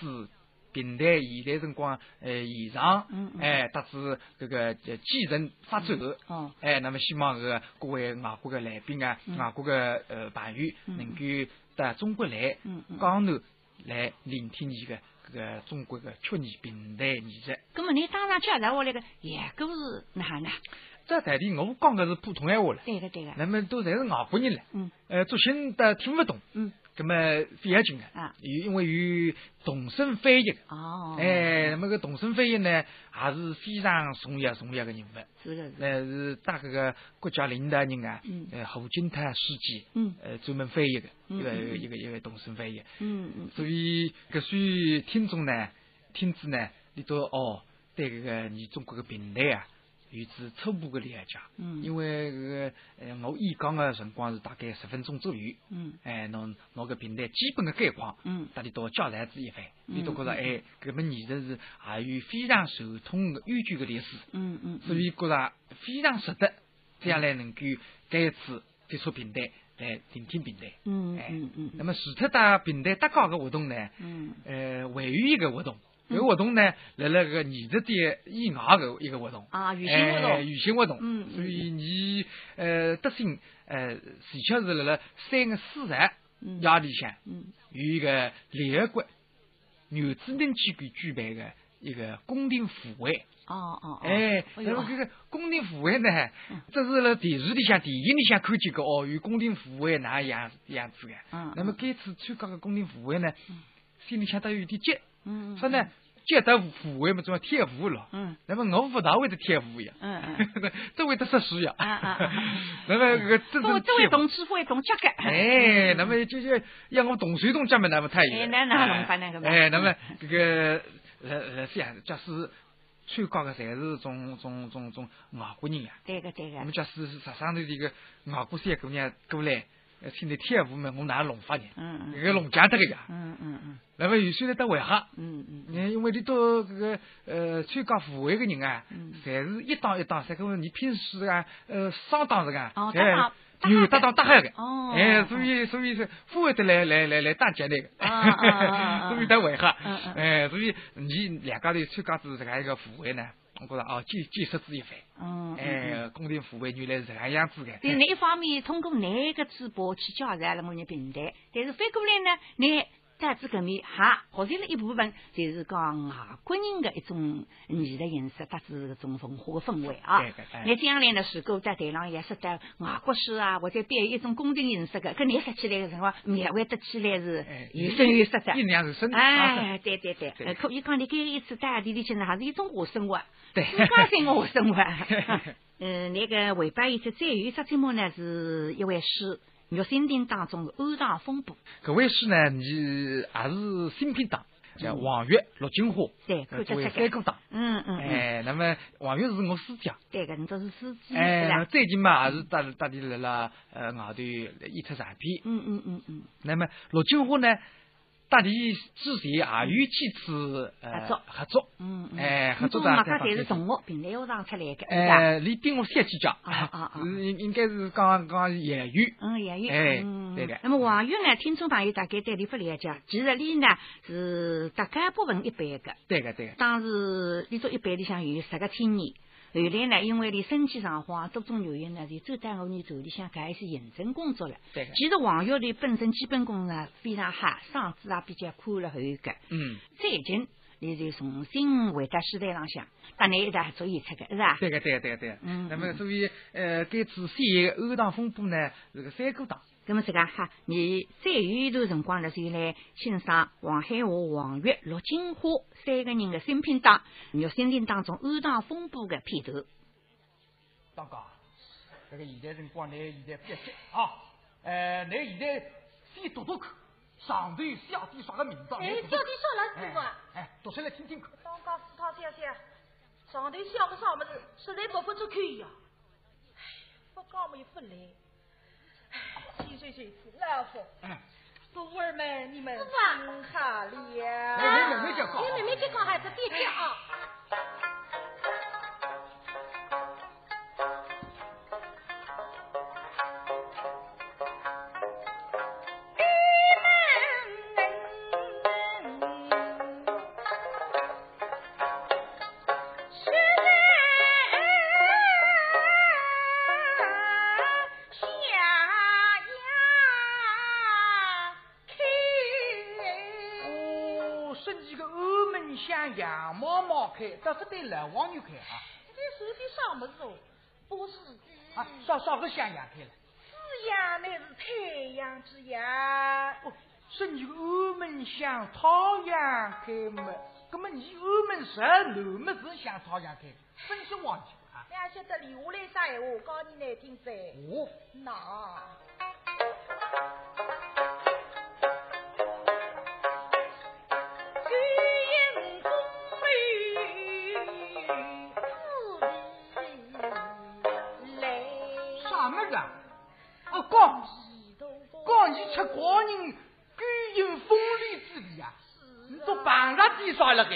S6: 平台现代辰光呃现状
S3: 嗯，嗯
S6: 哎，达至这个呃继承发展后。
S3: 哦，
S6: 哎，那么希望个各位外国个来宾啊，
S3: 嗯
S6: 外国个呃朋友
S3: 嗯
S6: 能够到中国来
S3: 嗯嗯，
S6: 江南来聆听伊个搿个中国个曲艺平台艺术。
S3: 那么你当场介绍我来个韩国是哪呢？
S6: 这代理我讲个是普通闲话了，
S3: 对个对个，
S6: 那么都侪是外国人了，
S3: 哎嗯
S6: 呃，作兴的听不懂，
S3: 嗯，
S6: 葛么不要紧个
S3: 啊，
S6: 有因为有同声翻译个，
S3: 哦，
S6: 哎，那么个同声翻译呢，也是非常重要重要个人物。
S3: 是的，是的，
S6: 那是搭搿个国家领导人啊
S3: 嗯，
S6: 呃，胡锦涛书记，
S3: 嗯
S6: 呃，专门翻译的，
S3: 嗯
S6: 一个
S3: 嗯嗯
S6: 一个一个同声翻译，
S3: 嗯嗯
S6: 所以搿些听众呢，听子呢，你都哦，对搿个你中国个平台啊，有只初步个了解。
S3: 嗯
S6: 因为搿个呃，我演讲个辰光是大概十分钟左右。
S3: 嗯
S6: 哎，侬拿搿平台基本个概况，
S3: 嗯
S6: 搭里头交代子一番，
S3: 嗯
S6: 你都觉着哎，搿么艺术是还有非常传统个悠久个历史，
S3: 嗯嗯，
S6: 所以觉着非常值得将来能够再一次接触平台来聆听平台。
S3: 嗯
S6: 哎
S3: 嗯嗯
S6: 那么除脱搭平台搭高个活动呢，
S3: 嗯
S6: 呃，还有一个活动，
S3: 嗯
S6: 搿个活动呢，辣辣搿艺术节以外个一个活动。
S3: 啊，旅行活
S6: 哎
S3: 动，
S6: 旅行活动，
S3: 嗯嗯
S6: 所以你呃，德兴呃，的确是辣辣三月四日
S3: 嗯
S6: 夜里向
S3: 嗯
S6: 有一个联合国女子能机构举办的一个宫廷妇会，
S3: 哦哦哦，
S6: 哎，
S3: 哎
S6: 然
S3: 呦
S6: 后这个宫廷妇会呢
S3: 嗯，
S6: 哎这是辣电视里向、电影里向看见过哦，有宫廷妇会哪样样子的。
S3: 嗯
S6: 那么这次参加的宫廷妇会哎呢，心里想到有点急，
S3: 嗯
S6: 说呢，接得妇会嘛，总要贴符了。
S3: 嗯
S6: 那么我不大会得贴符呀，
S3: 嗯嗯，
S6: 这会得识数呀
S3: 啊啊啊啊。
S6: 那么这个真
S3: 都
S6: 正
S3: 这位
S6: 贴符
S3: 同志会同脚个，
S6: 哎，那么就就要我动手动脚嘛，那么太远了。
S3: 哎那那弄法那个嘛
S6: 哎，那么这个呃呃这样，假使参加的侪是种种种种外国人呀，啊
S3: 对个对个
S6: 那么，假使是实上头这个外国三姑娘过来，呃，现在天服嘛，我哪弄法呢？
S3: 嗯
S6: 这
S3: 嗯
S6: 个弄假的个呀。
S3: 嗯嗯
S6: 那么有些人到外行，
S3: 嗯嗯嗯，
S6: 哎你因为你到这个呃参加舞会的人啊
S3: 嗯，
S6: 侪是一档一档，侪跟你拼死啊，呃双档是啊，
S3: 哦
S6: 侪
S3: 搭档
S6: 有
S3: 搭
S6: 搭
S3: 档
S6: 档搭海个。
S3: 哦
S6: 哎，所以所以是富会的来来来来打劫那个
S3: 啊啊啊 啊，
S6: 所以到外行
S3: 嗯嗯，
S6: 哎，所以你两家头参加子这个一个舞会呢，我觉着哦见见识之一番。
S3: 嗯嗯。
S6: 哎，宫廷妇会原来是这样样子的。
S3: 对，你一方面通过那个主播去介绍了我们平台，但是反过来呢，你在这搿面也学习了一部分，就是讲外国人的一种艺术形式，搭子搿种文化的氛围啊
S6: 对个哎。
S3: 你将来呢，如果在台浪也识得外国诗啊，或者表演一种宫廷形式的，搿你说起来的辰光，描绘得起来是
S6: 哎
S3: 有声有色的。
S6: 印量是深的。啊
S3: 哎，对对对，
S6: 对
S3: 呃可以讲你搿一次带弟弟去呢，还是一种活生活，
S6: 对
S3: 自家性活生 活。嗯，那个尾巴一次再有一只节目呢，是一位诗《玉心亭》当中的《欧唐风波》，
S6: 搿位是呢，你也是新品档，叫王月、陆金花，
S3: 嗯对，看
S6: 呃
S3: 得
S6: 作
S3: 出
S6: 为
S3: 来。
S6: 三个档。
S3: 嗯嗯嗯，
S6: 哎，那么王月是我师姐，
S3: 对个，你都嗯是司机是
S6: 哎，
S3: 吧？
S6: 最近嘛也是搭搭地辣辣呃外头演出唱片。
S3: 嗯嗯嗯嗯，
S6: 那么陆金花呢，搭地之前也有几次呃
S3: 合作
S6: 合作，
S3: 嗯嗯
S6: 哎，合
S3: 你
S6: 作
S3: 跟外
S6: 上再
S3: 加
S6: 放
S3: 侪是
S6: 开
S3: 同学，平台学堂出来的，是吧？
S6: 哎，连比我三几届
S3: 啊啊啊，
S6: 是 应应该是讲讲业余。
S3: 嗯，也有。
S6: 哎
S3: 嗯
S6: 对的
S3: 那么王玉呢，听众朋友大概对你不了解，其实你呢是大概部分一班的。
S6: 对个对个，
S3: 当时立足一班里向有十个青年，后来呢，因为你身体状况多种原因呢，就走到我们团里向干一些行政工作了。
S6: 对个，
S3: 其实王玉的本身基本功呢非常好，嗓子啊也比较宽了后个。
S6: 嗯，
S3: 最近你就重新回到戏台上向，搭你一道合作演出的是吧？
S6: 对个对个对个对个。
S3: 嗯
S6: 那么
S3: 嗯
S6: 所以呃，该次三个欧唐风波呢是个三哥档。
S3: 那么这个哈，你再有一段辰光呢，就来欣赏黄海华、王玉、陆金花三个人的新品档《玉心亭》当中安当风波的片头。
S1: 大哥，这个现在辰光，你现在别急啊！呃，你现在先读读看，上头有小弟啥个名字啊？
S5: 哎
S1: 你，读
S5: 到
S1: 读
S5: 底小老
S1: 看
S5: 师傅啊！
S1: 哎，哎读出来听听看。
S5: 刚刚是他姐姐，上头想个啥么子，实在搞不出去呀。哎，不讲么也不来。哎，继续去吃老婆。
S1: 哎，
S5: 不玩们，你们
S4: 师傅
S5: 听好
S1: 哎
S5: 了。
S1: 你慢慢讲
S5: 你慢慢去讲，孩子别急啊。
S1: 哦，生几个欧门香羊毛毛开，这是对老王牛开啊！
S5: 这手里啥么子哦？我自己
S1: 啊，少少个香羊开了。
S5: 饲养乃嗯是太阳之阳。
S1: 哦，生几个欧门香草羊开么？那么你欧门是南么是香草羊开？真是忘记了啊！
S5: 你还晓得留下来啥闲话？告诉你难听哉。
S1: 哦。
S5: 那。只因公妹自
S1: 哦有风律之理啊！你做棒上地上了该，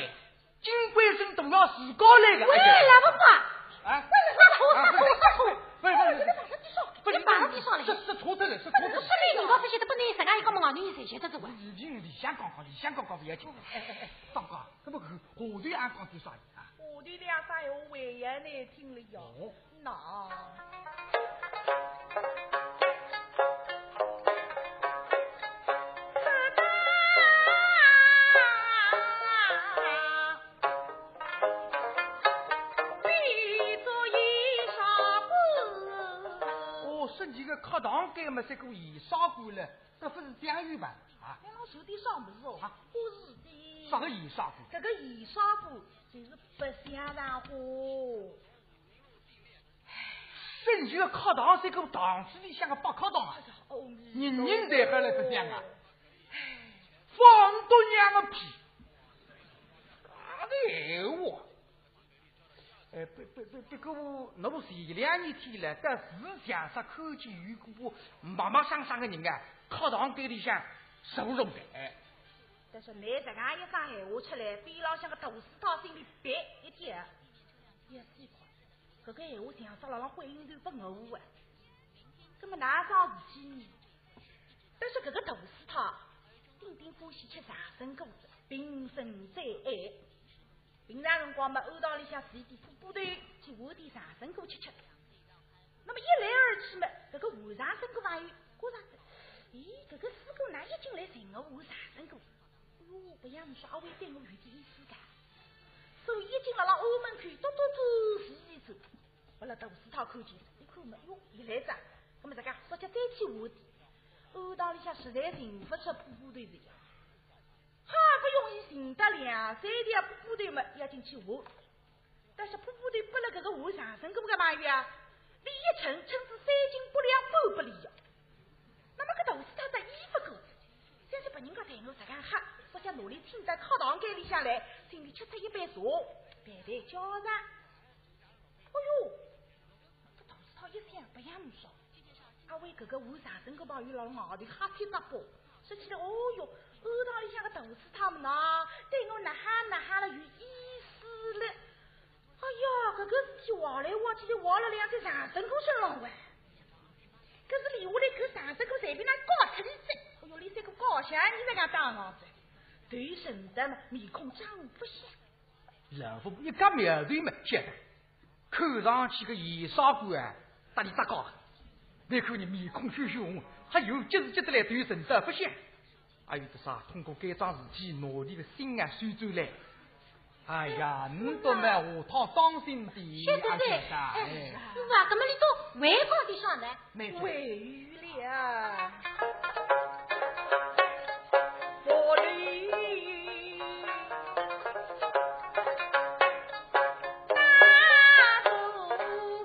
S1: 金龟孙都要自高来的。
S3: 喂，
S1: 哎
S3: 老婆婆。喂
S1: 啊！啊
S3: 老婆婆，
S1: 不是
S3: 老
S1: 不
S3: 婆
S1: 是
S3: 婆，
S1: 不是，
S3: 你绑上地上了。
S1: 是是错头了，是错头了。
S3: 是你，我不晓得不能人家一个忙女才晓得这话。
S1: 事情里向讲讲，里向讲讲不要紧。哎哎哎，张哥，那么下头也讲点啥啊？
S5: 下头两声闲话还要难听了哟。
S1: 哦，
S5: 喏，
S1: 哦，说你个课堂该么这个盐烧干了，这不是江鱼吧？啊，
S5: 哎我有点啥么子哦？
S1: 啊
S5: 我是的。
S1: 啥个盐烧干？
S5: 这个盐烧锅就是白相上花。
S1: 说你个课堂这个堂子里向个八课堂啊，
S5: 哦，
S1: 人人代表来不讲啊，放多娘个屁！啥个闲话？哎，不不不，不过侬前两年天来到市长沙口见遇过忙忙生生个人啊，课堂沟里向受容的。
S5: 但是拿这样一张闲话出来，边浪向个大水涛心里别一贴，一思考，搿个闲话常说了让婚姻团拨我啊。葛么哪桩事体呢？
S3: 但是搿个大师他，顶顶欢喜吃长生果子，
S5: 平生最爱。平常辰光嘛，后堂里向随点铺铺头，去下点长生果吃吃。那么一来二去嘛，搿个下长生果朋友过上子，咦，搿个师哥哪一进来寻我下长生果？哎哟，不像是阿伟对我有点意思噶。所以一进了了屋门口，嘟嘟走，洗洗走。我辣大水套看见，一看嘛，哟，一来着，葛么这个直接再去下地。后哦堂里向实在寻不出铺铺头人呀。好不容易寻得两三条瀑布头嘛，要进去下。但是瀑布头拨了搿个下长生哥干嘛呀？连一称称至三斤八两半不离哟。那么搿大师他这衣服够，三是别人家对我这样黑，不想努力听得靠堂间里向来，心里吃出一杯茶，谈谈交上。哎哟，这大师他一想不像说。阿伟搿个无上身个朋友老外头哈天搭包，说起来哦哟，后堂里向个同事他们呢，对我哪哈哪哈了有意思了。哎呀，搿个事体划来划去就划了两只长生果身浪喂。可是留下来搿长生果随便拿搞出去摘，哎哟，连三个搞像你那个当上子，头神得嘛，面孔张不相。
S1: 老夫一家苗头嘛，晓得？看上去个盐烧官啊，搭里搭高，你看你面孔羞羞红，还有就是急得来对神色不像。还有得啥？通过该桩事体，闹你的心啊酸走来。哎呀，你都没下趟当心点，
S3: 晓得
S1: 阿
S3: 的
S1: 姐啊
S3: 哎
S1: 哎
S3: 师傅啊，搿么你到回报点上来。
S1: 没错
S5: 喂鱼了，我里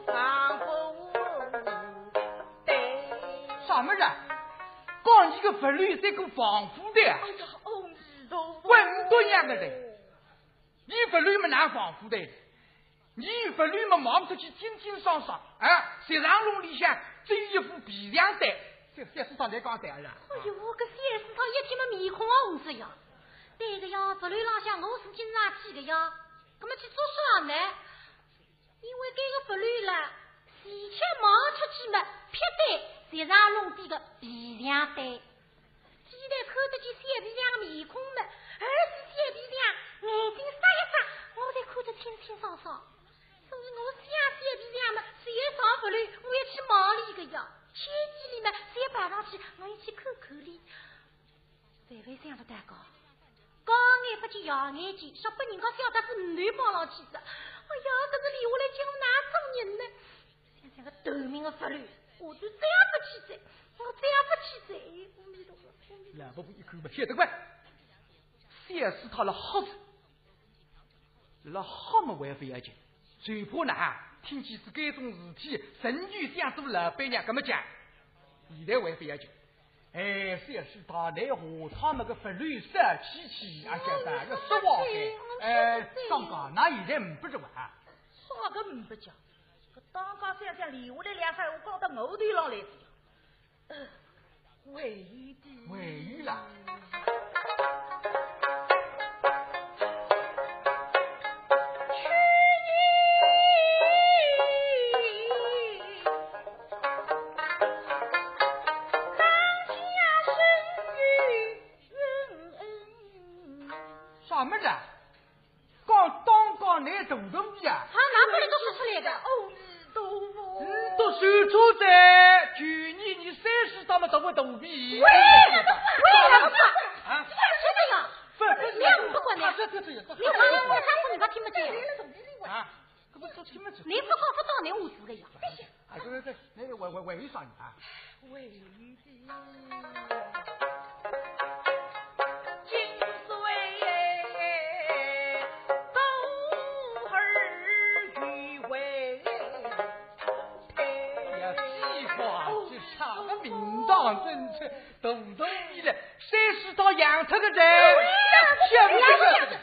S5: 大肚放不对，
S1: 什么人？讲你个法律这个防腐的啊
S5: 哎，呀，哦，你都
S1: 问多样个嘞。你法律嘛难防腐的，你法律嘛忙出去清清爽爽，啊，水长路里向走一副皮凉带，这这是啥来讲对了？
S3: 哎呦，搿三师他一天么面孔啊红着呀。对个呀，不乱浪向我是经常去个呀，搿么去做啥呢？因为搿个不乱啦，前天忙出去嘛，撇对，才上弄点个皮凉对。鸡蛋看得见小皮亮的面孔么？而是小皮亮眼睛眨一眨，我才看得清清爽爽。所以我想小皮亮么，只有上不乱，我要去忙里个呀。千里里么，只要摆上去，我要去看看里。万万想不到高，高眼不见摇眼睛，说拨人家晓得是男帮上去的。哎呀，搿个留下来叫我哪做人呢？想想个头命的法律，我就再也不去摘，我再也不去摘。阿弥陀佛，阿弥陀佛
S1: 老婆婆一看嘛，晓得怪，三是他了黑子，了黑么还不要紧，最怕哪听见是该种事体，神女相助老板娘搿么讲，现在还不要紧。哎，三是他来下趟那个法律社区去，啊，晓得，要说话的。哎，张哥，那现在唔不着啊？
S5: 啥个唔不讲？搿当家三三留下来两三，我搞得我头上来的。呃，喂鱼的。
S1: 喂，鱼啦。
S5: 哎呀，
S1: 啥么子啊？讲当讲那大肚皮啊！
S5: 哪个人都说出来的？
S4: 哦，你都
S1: 你
S4: 不。
S1: 读手车站，去年你三十多么大个肚皮？喂，
S5: 为什么？
S1: 啊，
S5: 真的呀？
S1: 不不是，
S5: 你也不管呢
S1: 他这这这这，
S5: 你讲的话，他说人家听不见。
S1: 啊，这不这听不
S5: 你不讲不到你我是个呀。
S1: 啊，这这这，那个我我我有啥呢啊？
S4: 金水都儿与为
S1: 哎呀，屁股啊，这啥个名堂？真是大肚皮了，三十多养他个人，像不像？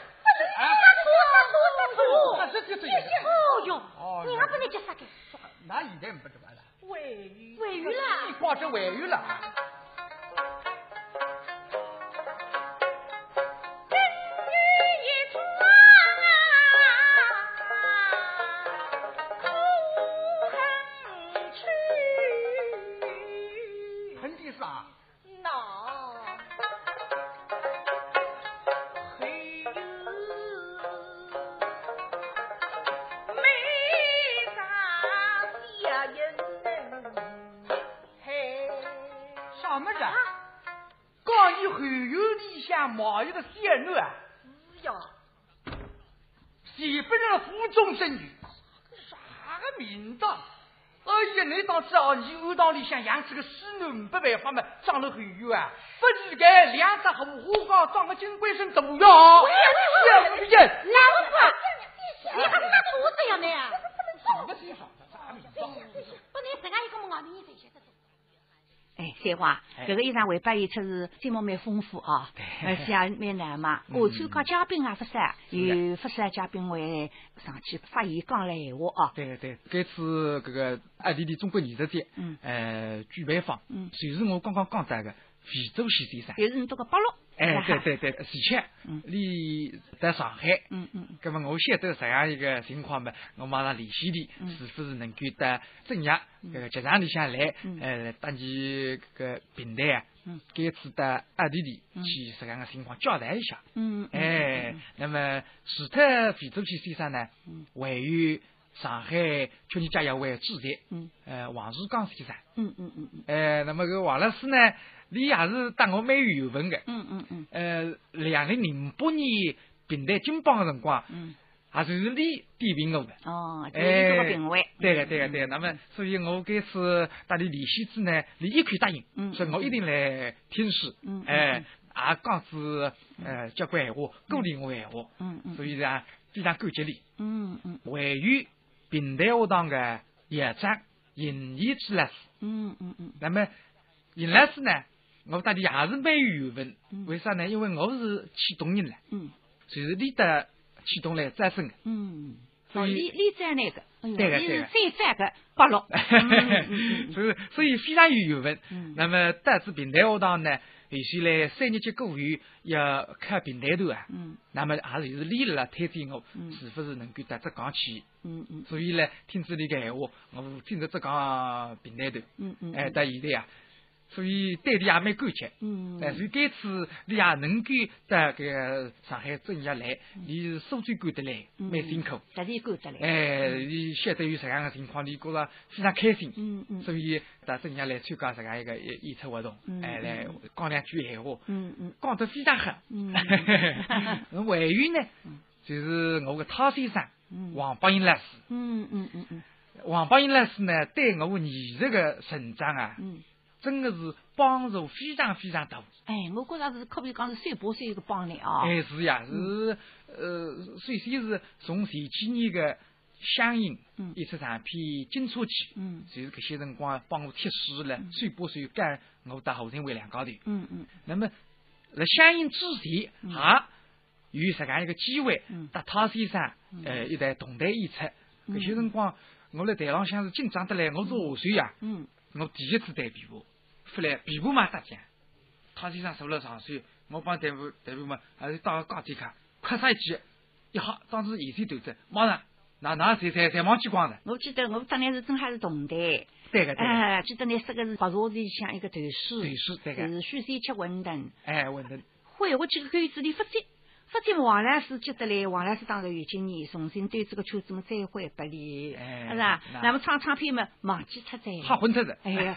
S1: 啊，啊，这这这，
S5: 哦哟，
S1: 哦，
S5: 人家把你叫啥个？
S1: 那现在不这么了。
S4: 为
S5: 喂鱼啦
S1: 你！光这外语了啊。
S5: 啊
S1: 喷的啥？啥么子啊？讲你后院里向冒一个仙女啊，全不是府中生女，啥个名堂？哎呀，你当知哦，你后堂里向养起个仙女，没办法嘛，长了后院啊，不是该两只荷花缸装个金龟身大呀？不
S5: 哪个管？你还是那兔子呀你啊！
S1: 什么地方？啥名
S5: 哎
S1: 堂？
S5: 不，你自家一个么外面你晓得
S3: 哎，三花，
S6: 哎
S3: 搿个衣裳会摆演出是节目蛮丰富啊，而且也蛮难嘛。我参加嘉宾啊，不是啊，
S6: 嗯的
S3: 有不是啊，嘉宾会上去发言讲了闲话啊。
S6: 对对，搿次搿个阿弟的中国艺术节，
S3: 嗯
S6: 呃，举办方，
S3: 嗯
S6: 就是我刚刚讲到个徐州徐先生，
S3: 又是你这个八路，
S6: 哎，
S3: 是
S6: 对
S3: 吧，
S6: 对对，而且
S3: 嗯
S6: 离在上海，
S3: 嗯嗯，
S6: 那么我晓得这样一个情况嘛，我马上联系
S3: 嗯
S6: 你，是不是能够到正阳搿个剧场里向来
S3: 嗯，
S6: 呃，搭你搿个平台啊
S3: 嗯，
S6: 该次到阿弟里
S3: 嗯
S6: 去这样个情况交代一下。
S3: 嗯嗯，
S6: 哎，那么除脱肥州县先生呢
S3: 嗯，
S6: 还有上海曲艺家协会主席，
S3: 嗯
S6: 呃，王树刚先生，
S3: 嗯嗯嗯嗯
S6: 哎，那么搿王老师呢，你也是对我蛮有缘分的，
S3: 嗯嗯嗯
S6: 呃，两零零八年平台金榜的辰光，
S3: 嗯，
S6: 也是你点评我的。哎
S3: 哦，就是你这个嗯评委，
S6: 对个，对个，对个。那么，所以我这次搭你联系之呢，你一口答应，
S3: 嗯
S6: 所以我一定来听书
S3: 嗯嗯，
S6: 哎，也讲是呃交关闲话，鼓励我闲话，
S3: 嗯嗯，
S6: 所以呢非常感激你。
S3: 嗯嗯
S6: 还有平台学堂的校长尹义之老师，
S3: 嗯嗯嗯
S6: 那么尹老师呢，我搭你也是蛮有缘分
S3: 嗯，
S6: 为啥呢？因为我是启东人了，
S3: 嗯
S6: 就是你的启东来再生的，
S3: 嗯，
S6: 所以
S3: 你你在那个，你是最赞的八路，嗯
S6: 所以所以非常有缘分。
S3: 嗯
S6: 那么带子平台学堂呢，后续来三年级过后要开平台头啊，
S3: 嗯
S6: 那么也就是你辣推荐我
S3: 嗯，
S6: 是不是能够搭只讲去？
S3: 嗯嗯
S6: 所以呢，听子你的闲话，我听着只讲平台头，
S3: 嗯嗯，
S6: 哎，到现在啊，所以对你也蛮感激。
S3: 嗯，
S6: 哎，所以这次你也能够到搿个上海正业来，
S3: 嗯
S6: 你是苏州赶得来，蛮辛苦。
S3: 但是够得来，
S6: 哎，你晓得有这样的情况，你觉着非常开心。
S3: 嗯嗯
S6: 所以大家人家来参加这样一个演演出活动
S3: 嗯，
S6: 哎，
S3: 嗯
S6: 来
S3: 嗯
S6: 讲两句闲话，
S3: 嗯嗯
S6: 讲得非常好。
S3: 嗯
S6: 还有呢，就是我的涛先生
S3: 嗯
S6: 王宝英老师，
S3: 嗯嗯嗯嗯
S6: 王宝英老师呢，对我艺术的成长啊，
S3: 嗯，
S6: 真的是帮助非常非常大。
S3: 哎，我觉着是可以讲是算不算一个帮你啊？
S6: 哎，是呀，是呃，首先是从前几年的乡音
S3: 嗯
S6: 演出唱片金车起，
S3: 嗯
S6: 就是搿些辰光帮我贴水了
S3: 嗯，
S6: 算不算干我搭后生会两家头。
S3: 嗯嗯
S6: 那么辣相应之前
S3: 嗯
S6: 也有这样一个机会
S3: 嗯，
S6: 搭汤先生
S3: 嗯
S6: 呃一台同台演出，
S3: 嗯
S6: 搿些辰光我辣台浪向是紧张得来，我是下水呀，
S3: 嗯
S6: 我第一次弹琵琶，后来琵琶嘛搭奖，汤先生坐了上水，我帮弹琵弹琵琶嘛，还是打个钢琴卡，咔嚓一记，一下当时眼前头子，马上哪哪侪侪侪忘记光了，
S3: 我记得我当年是正还是同队，
S6: 对个对个，
S3: 哎，记得你说个是白茶里向一个头
S6: 对
S3: 师，
S6: 是对个，
S3: 是首先吃馄饨，
S6: 哎，稳的，
S3: 挥回去个杆子里发急，发觉黄老师接得来，黄老师当然有经验，重新对这个圈子么再会不理，
S6: 哎
S3: 是吧？
S6: 那
S3: 那么唱唱片么忘记脱在，
S6: 吓昏脱的。
S3: 哎 呀，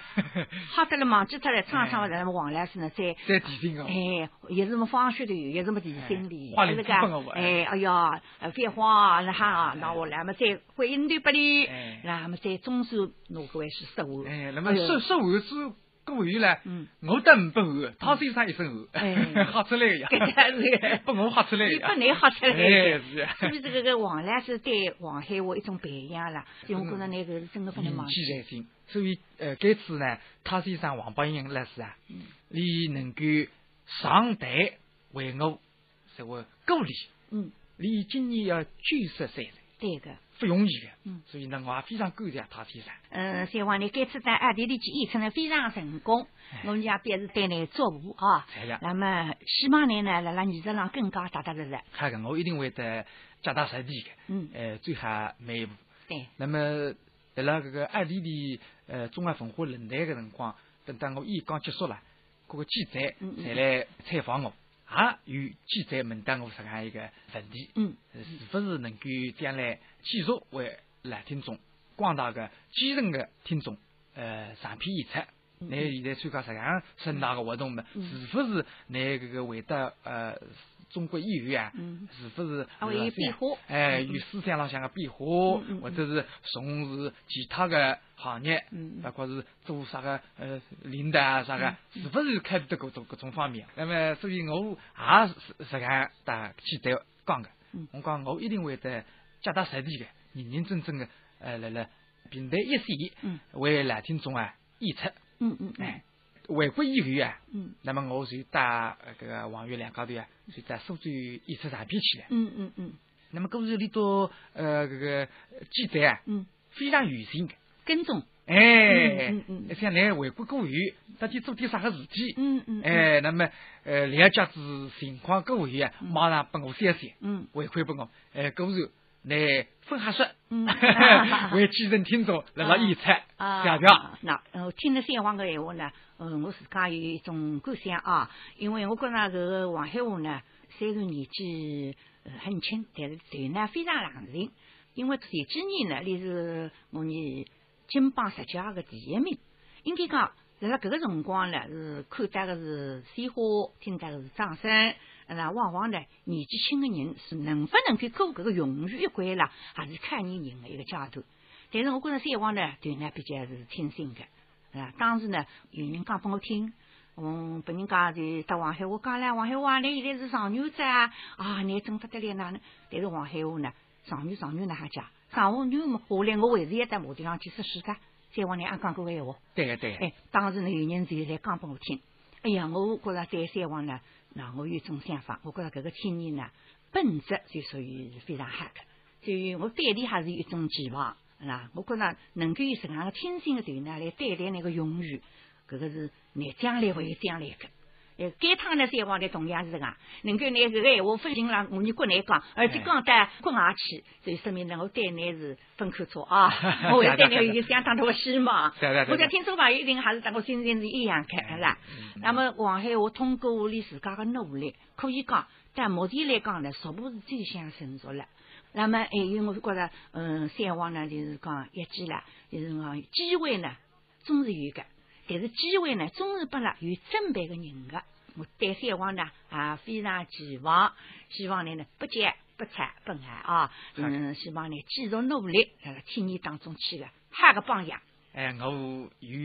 S3: 好得了忘记脱了，唱
S6: 哎
S3: 唱勿然么黄老师呢再。
S6: 再提醒哦，
S3: 哎，一是么放学头，一是么提醒你，
S6: 哎
S3: 是不是
S6: 花里胡哨
S3: 个
S6: 的？
S3: 哎，哎呀，呃别慌啊，那哈，那我来么再回应对不哩
S6: 哎，
S3: 那么再总算拿各位是收完。
S6: 哎，那么
S3: 呦
S6: 说说完之过后呢，
S3: 嗯
S6: 我得五本汗，他身上一身
S3: 哎
S6: 汗， 吓出来个呀
S3: 搿家是的，
S6: 把我吓出来个
S3: 你
S6: 呀，
S3: 把你吓出来
S6: 哎
S3: 了。
S6: 是呀，
S3: 所以这个个黄老师对黄海话一种培养啦，所以我觉着那个是真的不能忘
S6: 铭
S3: 记
S6: 记。在心。所以呃，这次呢，他先生黄伯英老师啊，
S3: 嗯
S6: 你能够上台为我这个鼓励，
S3: 嗯，
S6: 你今年要九十岁了，
S3: 对个。
S6: 不容易的
S3: 嗯。
S6: 所以呢，我也非常感谢他先生。
S3: 嗯，所以话呢，这次在二地里去演出呢非常成功，我们也表示对呢祝福啊。
S6: 哎呀，
S3: 那么希望你呢，辣辣艺术上更加踏踏实实。
S6: 好的，我一定会得脚踏实地的。
S3: 嗯，
S6: 呃，最好每一步。
S3: 对，
S6: 那么，呃在了这个二零的呃中外文化论坛个辰光，等到我演讲结束了，各个记者
S3: 嗯嗯
S6: 才来采访我，也有记者问到我这样一个问题，
S3: 嗯，
S6: 呃是不是能够将来继续为来听众、广大个基层个听众呃上篇演出？
S3: 嗯
S6: 你现在参加这样盛大个活动嘛？
S3: 嗯
S6: 是不是你这个会得呃中国演员啊？
S3: 嗯
S6: 是不是
S3: 啊会有
S6: 是吧
S3: 变化
S6: 哎，
S3: 嗯嗯
S6: 有思想浪向个变化
S3: 嗯嗯，
S6: 或者是从事其他个行业
S3: 嗯嗯，
S6: 包括是做啥个呃领导啊啥个，是不是开始得各种各种方面？那么，所以我也是是个大记者讲个
S3: 嗯，
S6: 我讲我一定会得脚踏实地个，认认真真个，呃，来来平台一
S3: 嗯
S6: 线，为来听众啊演出，
S3: 嗯嗯嗯
S6: 哎，回国以后啊，
S3: 嗯
S6: 那么我就带呃这个王月两家头啊，就到苏州演出上片去了。
S3: 嗯嗯嗯
S6: 那么搿是里头呃搿个呃记者啊，
S3: 嗯，
S6: 非常有心的，
S3: 跟踪。
S6: 哎
S3: 嗯嗯嗯，
S6: 想来回顾过后，到底做点啥个事体，
S3: 嗯嗯。嗯，
S6: 哎，那么呃了解子情况过后啊，马上拨我三三
S3: 嗯
S6: 回馈拨我，哎，搿是来分哈说，
S3: 嗯
S6: 为基层听众辣辣演出
S3: 啊，
S6: 下票，
S3: 那呃，听了三黄个闲话呢，呃，我自家有一种感想啊，因为我觉着搿个黄海华呢，虽然年纪呃很轻，但是头呢非常长情。因为前几年呢，伊是我们金榜十佳个第一名，应该讲辣辣搿个辰光呢，是看得个是鲜花，听得个是掌声。那往往呢，年纪轻个人是能不能够过搿个荣誉一关啦，还是看人人个一个阶段。但是我觉着三王呢，对呢比较是听信的。啊，当时呢，有人讲拨我听，嗯，拨人家就搭黄海话讲了，哎黄海话，啊你现在是上女子啊，啊，你真不得了哪能？但是黄海话呢，上女上女哪哈讲，上女嘛，下来我还是要到马地上去说事的。三王呢，也讲过个闲话。
S6: 对个对个，
S3: 哎，当时呢，有人就来讲拨我听，哎呀，我觉着对三王呢，那我有一种想法，我觉着搿个青年呢，本质就属于是非常好的，所以我对伊还是有一种期望，啊，我觉着能够有这样的清新的头呢来对待那个荣誉，搿个是你将来会有将来的。呃，该趟呢，三王呢同样是这样，能够拿搿个闲话分行了，我们国内讲，而且讲得国外去，所以说明呢，我对你是分看错啊，我会对你有相当大的希望。
S6: 对对对
S3: 我
S6: 对
S3: 想听众朋友一定还是跟我心情是一样看，是吧？那么黄海，我通过我里自家的努力，可以讲，但目前来讲呢，逐步是走向成熟了。那么还有，我觉着，嗯，三王呢，就是讲一记了，就是讲机会呢，总是有的，但是机会呢，总是拨了有准备的人的。我对三王呢，啊，非常期望，希望你呢不急不睬不爱啊，嗯，希望你继续努力，辣辣青年当中去个好个榜样。
S6: 哎，我有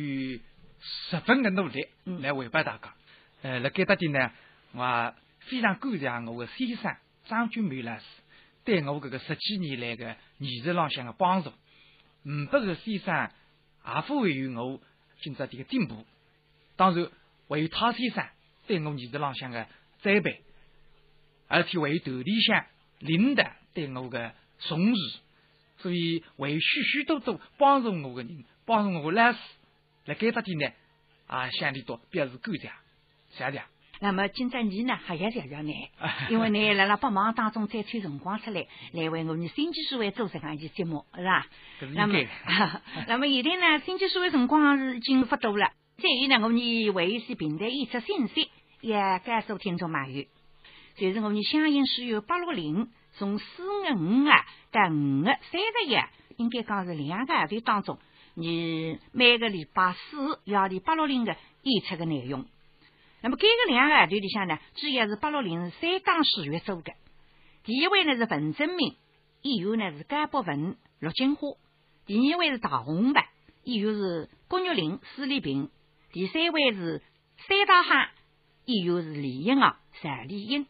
S6: 十分的努力
S3: 嗯
S6: 来回报大家。呃，辣盖搭点呢，我也非常感谢我的先生张君梅老师对我搿个十几年来个艺术浪向的帮助。嗯没拨搿先生，也不会有我今朝点个进步。当然，还有他先生对我艺术浪向的栽培，而且还有头里向领导对我的重视。所以还有许许多多帮助我的人，帮助我的老师，辣盖搭点呢，啊，向里头表示感谢，谢谢。
S3: 那么今朝你呢，还要谢谢你， 因为你辣辣帮忙当中再抽辰光出来，来为我们新技术会做这样一期节目，是吧？
S6: 搿是
S3: 那
S6: 应
S3: 么
S6: 该的。，
S3: 那么现在呢，新技术会辰光是已经不多了。再有呢，我们还有些平台演出信息也告诉听众朋友。就是我们湘阴市有八六零，从四五个五啊到五个三十一，应该讲是两个头当中，你每个礼拜四要练八六零的演出的内容。那么，该个两个头里向呢，主要是八六零是三档戏剧做的。第一位呢是文征明，演员呢是甘博文、陆金花；第二位是陶虹白，演员是郭玉玲、施丽萍；第三位是三道汉，演员是李英昂、陈丽英。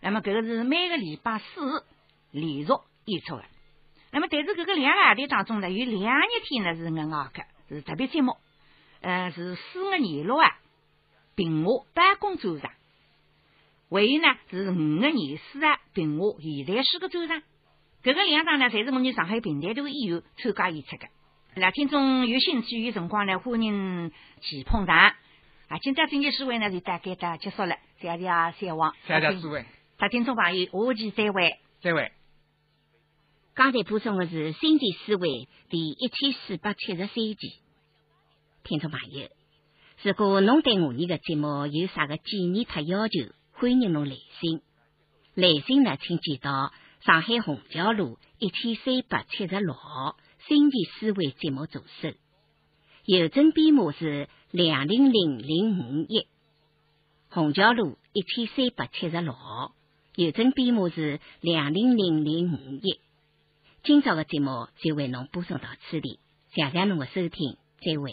S3: 那么，搿个是每个礼拜四连续演出的。那么，但是搿个两个夜头当中呢，有两日天呢是额外个，是特别节目，呃，是四月廿六啊，平和办公专场。还有呢是五个廿四啊，平和现代诗歌专场。搿个两场呢，侪是我们上海平台头的演员参加演出的。那听众有兴趣有辰光呢，欢迎去捧场。啊，今朝经济师会呢就大概的结束了，谢谢三王，
S6: 谢谢诸位，
S3: 他听众朋友，下期再会。
S6: 再会。
S2: 刚才播送的是《新奇思维》第一千四百七十三期。听众朋友，如果侬对我们的节目有啥个建议和要求，欢迎侬来信。来信呢，请寄到上海虹桥路一千三百七十六号《新奇思维》节目助手，邮政编码是两零零零五一，虹桥路一千三百七十六号，邮政编码是两零零零五一。今朝的节目就为侬播送到此地，谢谢侬的收听，再会。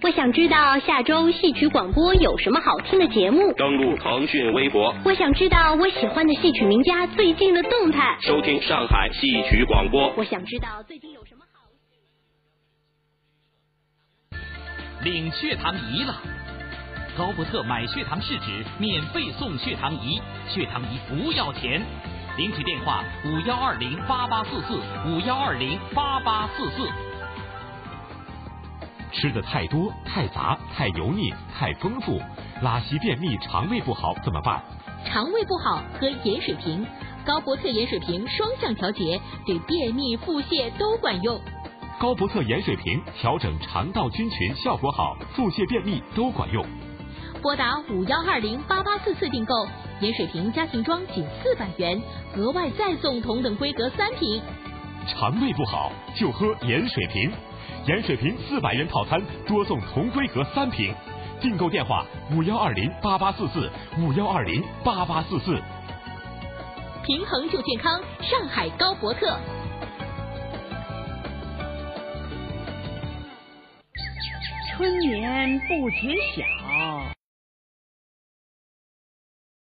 S7: 我想知道下周戏曲广播有什么好听的节目。
S8: 登录腾讯微博，
S7: 我想知道我喜欢的戏曲名家最近的动态。
S8: 收听上海戏曲广播。
S7: 我想知道最近有什么好。
S9: 领血糖仪了。高伯特买血糖试纸免费送血糖仪，血糖仪不要钱。领取电话五幺二零八八四四五幺二零八八四四。
S10: 吃的太多、太杂、太油腻、太丰富，拉稀、便秘、肠胃不好怎么办？
S11: 肠胃不好喝盐水瓶，高伯特盐水瓶双向调节，对便秘、腹泻都管用。
S10: 高伯特盐水瓶调整肠道菌群，效果好，腹泻、便秘都管用。
S11: 拨打五幺二零八八四四订购盐水瓶家庭装，仅四百元，额外再送同等规格三瓶。
S10: 肠胃不好就喝盐水瓶，盐水瓶四百元套餐多送同规格三瓶。订购电话五幺二零八八四四五幺二零八八四四。
S11: 平衡就健康，上海高伯特。
S12: 春眠不觉晓。